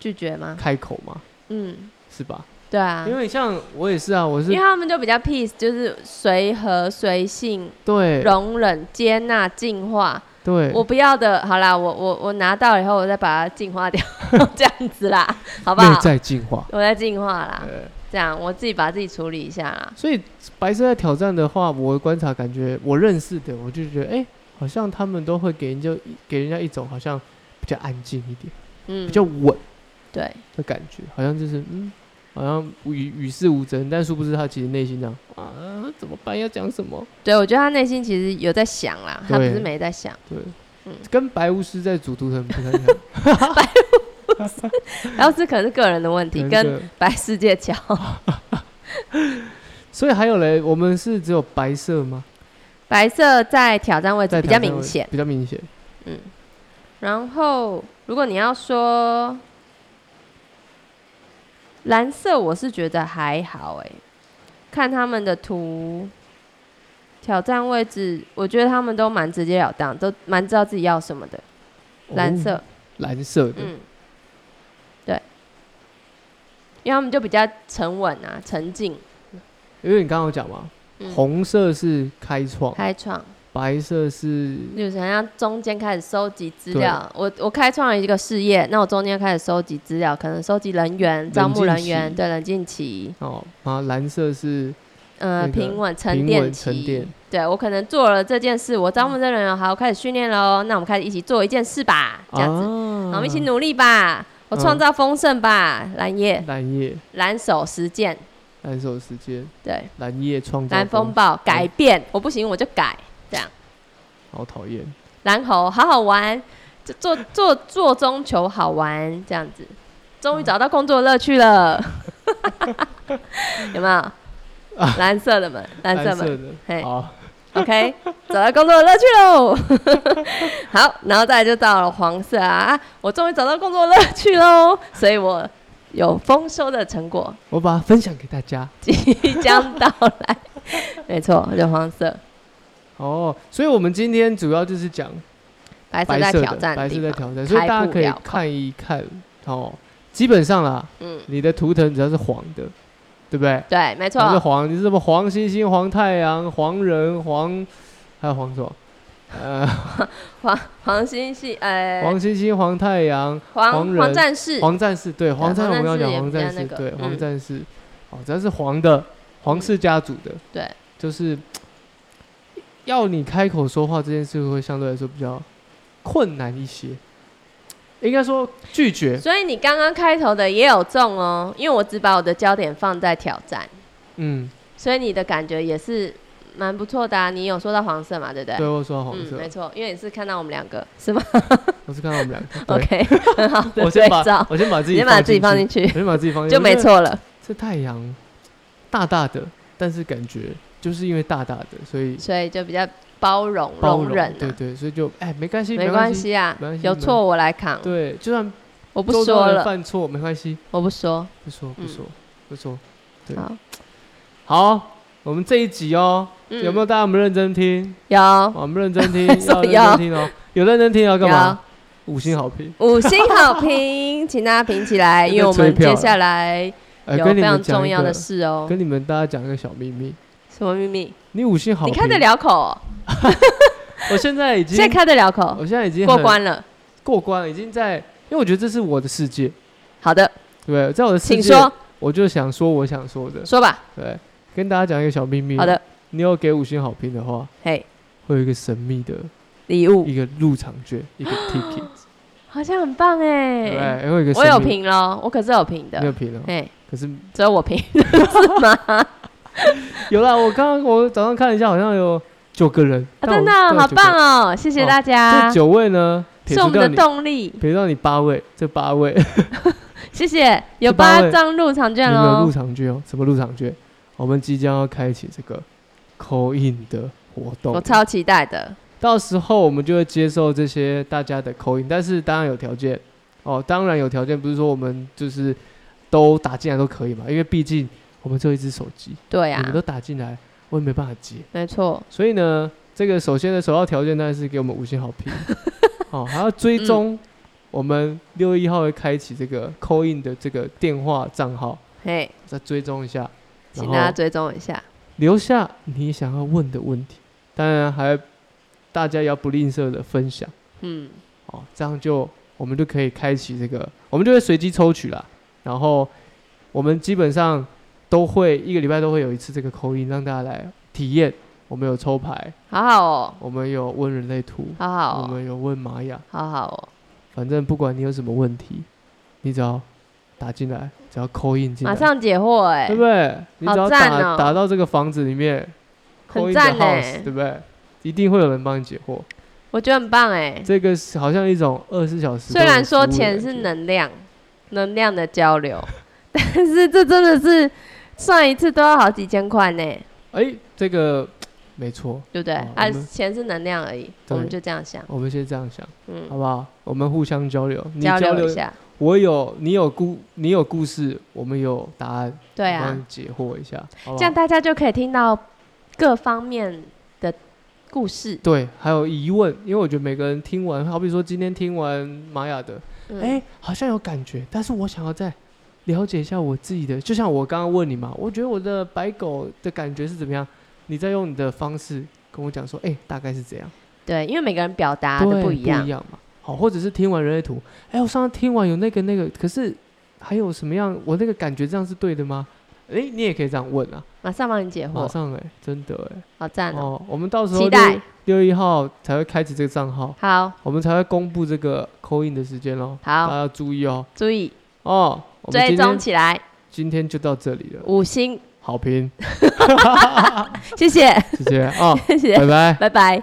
Speaker 2: 拒绝吗？
Speaker 1: 开口嘛，
Speaker 2: 嗯，
Speaker 1: 是吧？
Speaker 2: 对啊，
Speaker 1: 因为像我也是啊，我
Speaker 2: 因为
Speaker 1: 是
Speaker 2: 他们就比较 peace，就是随和、随性、
Speaker 1: 对
Speaker 2: 容忍、接纳、进化。
Speaker 1: 对，
Speaker 2: 我不要的，好啦，我我我拿到以后，我再把它净化掉， 这样子啦，好不
Speaker 1: 内
Speaker 2: 好？
Speaker 1: 在进化。
Speaker 2: 我在净化啦，
Speaker 1: 呃，
Speaker 2: 这样我自己把自己处理一下啦。
Speaker 1: 所以白色在挑战的话，我观察感觉我认识的，我就觉得哎、好像他们都会给人家给人家一种好像比较安静一点、
Speaker 2: 嗯
Speaker 1: 比，较稳
Speaker 2: 对，
Speaker 1: 的感觉，好像就是嗯，好像与与世无争，但殊不知他其实内心这样啊，怎么办？要讲什么？
Speaker 2: 对，我觉得他内心其实有在想啦，他不
Speaker 1: 对
Speaker 2: 是没在想。
Speaker 1: 对，
Speaker 2: 嗯
Speaker 1: 跟白巫师在主图腾 不太一样，
Speaker 2: 然后这可能是个人的问
Speaker 1: 可
Speaker 2: 题，
Speaker 1: 能这
Speaker 2: 跟
Speaker 1: 个
Speaker 2: 白世界桥
Speaker 1: 所以还有嘞，我们是只有白色吗？
Speaker 2: 白色在挑战位置
Speaker 1: 在
Speaker 2: 呃比较
Speaker 1: 挑战
Speaker 2: 明
Speaker 1: 位
Speaker 2: 显。
Speaker 1: 比较明显。
Speaker 2: 然后，如果你要说蓝色，我是觉得还好哎、看他们的图，挑战位置，我觉得他们都蛮直截了当，都蛮知道自己要什么的。蓝色，
Speaker 1: 哦，蓝色的，
Speaker 2: 嗯，对，因为他们就比较沉稳啊，沉静，
Speaker 1: 因为你刚刚有讲嘛，
Speaker 2: 嗯
Speaker 1: 红色是开创，
Speaker 2: 开创。
Speaker 1: 白色是
Speaker 2: 就是好像中间开始收集资料，我我开创了一个事业，那我中间开始收集资料，可能收集人员、招募人员，
Speaker 1: 期
Speaker 2: 对冷静期，
Speaker 1: 哦啊，蓝色是
Speaker 2: 呃，
Speaker 1: 那个
Speaker 2: 平稳沉
Speaker 1: 平
Speaker 2: 淀
Speaker 1: 稳
Speaker 2: 期。
Speaker 1: 沉淀
Speaker 2: 对我可能做了这件事，我招募这人员，好，我开始训练喽，那我们开始一起做一件事吧，这样子，
Speaker 1: 啊
Speaker 2: 那我们一起努力吧，我
Speaker 1: 嗯
Speaker 2: 创造丰盛吧，蓝叶、
Speaker 1: 蓝叶，
Speaker 2: 蓝手实践，
Speaker 1: 蓝手时间，
Speaker 2: 对，
Speaker 1: 蓝叶创造
Speaker 2: 蓝风暴改变，我不行我就改，这样。
Speaker 1: 好讨厌。
Speaker 2: 蓝猴好好玩，就做做做中求好玩这样子，终于
Speaker 1: 嗯
Speaker 2: 找到工作乐趣 了，有没有？蓝色的门，蓝色门
Speaker 1: 啊的，
Speaker 2: 嘿
Speaker 1: 好，
Speaker 2: ，OK，找到工作的乐趣喽。 好，然后再来就到了黄色啊，啊我终于找到工作乐趣喽，所以我有丰收的成果
Speaker 1: 我把它分享给大家。
Speaker 2: 即将到来。没错，就黄色，
Speaker 1: 哦，所以我们今天主要就是讲
Speaker 2: 白色
Speaker 1: 白
Speaker 2: 在
Speaker 1: 色
Speaker 2: 挑
Speaker 1: 的，
Speaker 2: 战的
Speaker 1: 白色
Speaker 2: 地
Speaker 1: 在
Speaker 2: 方，
Speaker 1: 挑战，所以大
Speaker 2: 开
Speaker 1: 家
Speaker 2: 不
Speaker 1: 可以
Speaker 2: 了
Speaker 1: 看一看哦。基本上啦，
Speaker 2: 嗯，
Speaker 1: 你的图腾只要是黄的，对不对？
Speaker 2: 对，没
Speaker 1: 它是
Speaker 2: 错，
Speaker 1: 黄，你是什么黄星星、黄太阳、黄人、黄，还有黄什么？呃，
Speaker 2: 黄黄星系，呃，
Speaker 1: 黄星星、黄太阳、黄
Speaker 2: 黄
Speaker 1: 人
Speaker 2: 战士，
Speaker 1: 黄战士，对，黄战士我们要讲
Speaker 2: 黄
Speaker 1: 黄
Speaker 2: 战
Speaker 1: 战
Speaker 2: 士
Speaker 1: 士，
Speaker 2: 也比较那个
Speaker 1: 对，
Speaker 2: 嗯
Speaker 1: 黄战士，哦，只要是黄的，皇室家族的，
Speaker 2: 嗯对，
Speaker 1: 就是要你开口说话这件事会相对来说比较困难一些，应该说拒绝，
Speaker 2: 所以你刚刚开头的也有中哦，因为我只把我的焦点放在挑战，
Speaker 1: 嗯，
Speaker 2: 所以你的感觉也是蛮不错的啊。你有说到黄色嘛，对不对？
Speaker 1: 对，我说到黄
Speaker 2: 嗯，
Speaker 1: 色
Speaker 2: 没，错，因为你是看到我们两个 是吗
Speaker 1: 我是看到我们两 个，对，
Speaker 2: ？OK，很好的
Speaker 1: 我先
Speaker 2: 对
Speaker 1: 把
Speaker 2: 照，
Speaker 1: 我先把自
Speaker 2: 直
Speaker 1: 己
Speaker 2: 接把自己放
Speaker 1: 进
Speaker 2: 进
Speaker 1: 去，
Speaker 2: 去
Speaker 1: 我先把自己放进去，
Speaker 2: 就没
Speaker 1: 因为
Speaker 2: 错了。
Speaker 1: 这太阳大大的，但是感觉就是因为大大的，所以
Speaker 2: 所以就比较包容、
Speaker 1: 包容，
Speaker 2: 忍
Speaker 1: 对
Speaker 2: 啊，
Speaker 1: 对，所以就哎没关系，
Speaker 2: 没
Speaker 1: 关
Speaker 2: 关。系啊
Speaker 1: 没关，系
Speaker 2: 有
Speaker 1: 没
Speaker 2: 错我来扛，
Speaker 1: 对，就算
Speaker 2: 我不
Speaker 1: 周遭
Speaker 2: 说
Speaker 1: 人
Speaker 2: 了，
Speaker 1: 犯错没关系，
Speaker 2: 我不说。
Speaker 1: 不说不
Speaker 2: 嗯
Speaker 1: 说、不说。对
Speaker 2: 好，
Speaker 1: 好，我们这一集哦，
Speaker 2: 嗯
Speaker 1: 有没有大家我们认真 听？哦
Speaker 2: 有
Speaker 1: 我们认真 听，要
Speaker 2: 说
Speaker 1: 认
Speaker 2: 有
Speaker 1: 真听哦。有认真听要干
Speaker 2: 有
Speaker 1: 嘛？？五星好评。
Speaker 2: 五星好评，请大家评 起来，因为我
Speaker 1: 又在
Speaker 2: 们
Speaker 1: 催票
Speaker 2: 接
Speaker 1: 了
Speaker 2: 下来
Speaker 1: 呃，
Speaker 2: 有
Speaker 1: 跟你
Speaker 2: 非常
Speaker 1: 们讲
Speaker 2: 重
Speaker 1: 一
Speaker 2: 要的
Speaker 1: 个
Speaker 2: 事哦。
Speaker 1: 跟你们大家讲一个小秘密。
Speaker 2: 什么秘密？
Speaker 1: 你五星好
Speaker 2: 你
Speaker 1: 评，
Speaker 2: 开得了口哦、
Speaker 1: 我现在已经
Speaker 2: 现在，开得了口，
Speaker 1: 我现在已经
Speaker 2: 过
Speaker 1: 很
Speaker 2: 关了。
Speaker 1: 过关了，已经在，因为我觉得这是我的世界，
Speaker 2: 好的，
Speaker 1: 对不对，在我的世
Speaker 2: 请
Speaker 1: 界，
Speaker 2: 说
Speaker 1: 我就想说我想说的，
Speaker 2: 说吧。
Speaker 1: 对，跟大家讲一个小秘密。
Speaker 2: 好，的，
Speaker 1: 你有给五星好评的话，
Speaker 2: 嘿，
Speaker 1: 会有一个神秘的
Speaker 2: 礼物
Speaker 1: 一个入场券，一个 ticket。
Speaker 2: 好像很棒哎、
Speaker 1: 对，会有一个
Speaker 2: 啊我有
Speaker 1: 神秘，
Speaker 2: 评咯，我可是有评
Speaker 1: 没有
Speaker 2: 的，
Speaker 1: 评了。
Speaker 2: 嘿，
Speaker 1: 可是
Speaker 2: 只有我评是吗？
Speaker 1: 有啦，我刚刚我早上看了一下，好像有九个人，
Speaker 2: 啊
Speaker 1: 但我
Speaker 2: 真的哦、
Speaker 1: 对
Speaker 2: 好
Speaker 1: 九个人
Speaker 2: 棒哦，谢谢大家
Speaker 1: 这，九位呢，撇
Speaker 2: 是我
Speaker 1: 除
Speaker 2: 们
Speaker 1: 掉
Speaker 2: 的
Speaker 1: 你，
Speaker 2: 动力，
Speaker 1: 撇除掉你八位，这八位
Speaker 2: 谢谢，有
Speaker 1: 这八
Speaker 2: 八
Speaker 1: 位
Speaker 2: 张入场
Speaker 1: 你
Speaker 2: 券
Speaker 1: 们有
Speaker 2: 哦
Speaker 1: 入。场券哦？什么入场券？我们即将要开启这个 call in 的活动
Speaker 2: 我，超期待的，
Speaker 1: 到时候我们就会接受这些大家的 call in，但是当然有条件哦，当然有条件，不是说我们就是都打进来都可以嘛，因为毕竟我们只有一只手机，
Speaker 2: 对
Speaker 1: 你
Speaker 2: 啊
Speaker 1: 们，都打进来，我也没办法接。
Speaker 2: 没错，
Speaker 1: 所以呢，这个首先的首要条件当然是给我们五星好 评，哦，还要追
Speaker 2: 嗯
Speaker 1: 踪我们六月一号会开启这个 call in 的这个电话账号，
Speaker 2: 嘿，
Speaker 1: 再追踪一下，然
Speaker 2: 请大家
Speaker 1: 后
Speaker 2: 追踪一下。
Speaker 1: 留下你想要问的问题，当然还大家也要不吝啬的分享
Speaker 2: 嗯，
Speaker 1: 哦，这样就我们就可以开启这个，我们就会随机抽取啦，然后我们基本上都会一个礼拜都会有一次这个 call in 让大家来体验，我们有抽牌，
Speaker 2: 好好哦，
Speaker 1: 我们有问人类图。
Speaker 2: 好好
Speaker 1: 我
Speaker 2: 哦，
Speaker 1: 们有问玛雅，
Speaker 2: 好好哦。
Speaker 1: 反正不管你有什么问题，你只要打进来，只要扣印进来，
Speaker 2: 马上解惑哎、
Speaker 1: 对不对？你只要
Speaker 2: 好
Speaker 1: 打、
Speaker 2: 赞哦
Speaker 1: 打到这个房子里面，
Speaker 2: 很
Speaker 1: 扣印的
Speaker 2: 赞
Speaker 1: house，
Speaker 2: 欸
Speaker 1: 对不对？一定会有人帮你解惑。
Speaker 2: 我觉得很棒哎、
Speaker 1: 这个是好像一种二十四小时都有服务的
Speaker 2: 虽然
Speaker 1: 感觉。
Speaker 2: 说钱是能量，能量的交流， 但是这真的是算一次都要好几千块呢，
Speaker 1: 哎，这个没错，
Speaker 2: 对不对？
Speaker 1: 哦
Speaker 2: 啊
Speaker 1: 我们，
Speaker 2: 钱是能量而已，
Speaker 1: 对
Speaker 2: 我们就这样想，
Speaker 1: 我们先这样想，
Speaker 2: 嗯，
Speaker 1: 好不好？我们互相交流，你
Speaker 2: 交
Speaker 1: 交
Speaker 2: 流一下，
Speaker 1: 我有你有故，你有故事，我们有答案，
Speaker 2: 对
Speaker 1: 我帮
Speaker 2: 啊
Speaker 1: 你，解惑一下，好不好
Speaker 2: 这样大家就可以听到各方面的故事。
Speaker 1: 对，还有疑问，因为我觉得每个人听完，好比说今天听完玛雅的，
Speaker 2: 嗯
Speaker 1: 哎、好像有感觉，但是我想要再了解一下我自己的，就像我刚刚问你嘛，我觉得我的白狗的感觉是怎么样？你再用你的方式跟我讲说，哎、大概是怎样？
Speaker 2: 对，因为每个人表达
Speaker 1: 对，
Speaker 2: 的
Speaker 1: 不
Speaker 2: 啊不一样，
Speaker 1: 嘛。好，或者是听完人类图，哎、我上次听完有那个那个，可是还有什么样？我那个感觉这样是对的吗？哎、你也可以这样问啊，
Speaker 2: 马上帮你解
Speaker 1: 马
Speaker 2: 惑，
Speaker 1: 上哎、真的哎、
Speaker 2: 好赞哦！
Speaker 1: 哦，我们到时候
Speaker 2: 期待
Speaker 1: 六六一号才会开启这个账号，
Speaker 2: 好
Speaker 1: 我们才会公布这个扣印的时间喽，大
Speaker 2: 好
Speaker 1: 家要注意哦。
Speaker 2: 注意
Speaker 1: 哦，我们
Speaker 2: 追
Speaker 1: 今
Speaker 2: 踪
Speaker 1: 天
Speaker 2: 起来，
Speaker 1: 今天就到这里了，
Speaker 2: 五星，
Speaker 1: 好评，
Speaker 2: 谢谢
Speaker 1: 谢谢啊，
Speaker 2: 谢谢，
Speaker 1: 拜拜。
Speaker 2: 拜拜。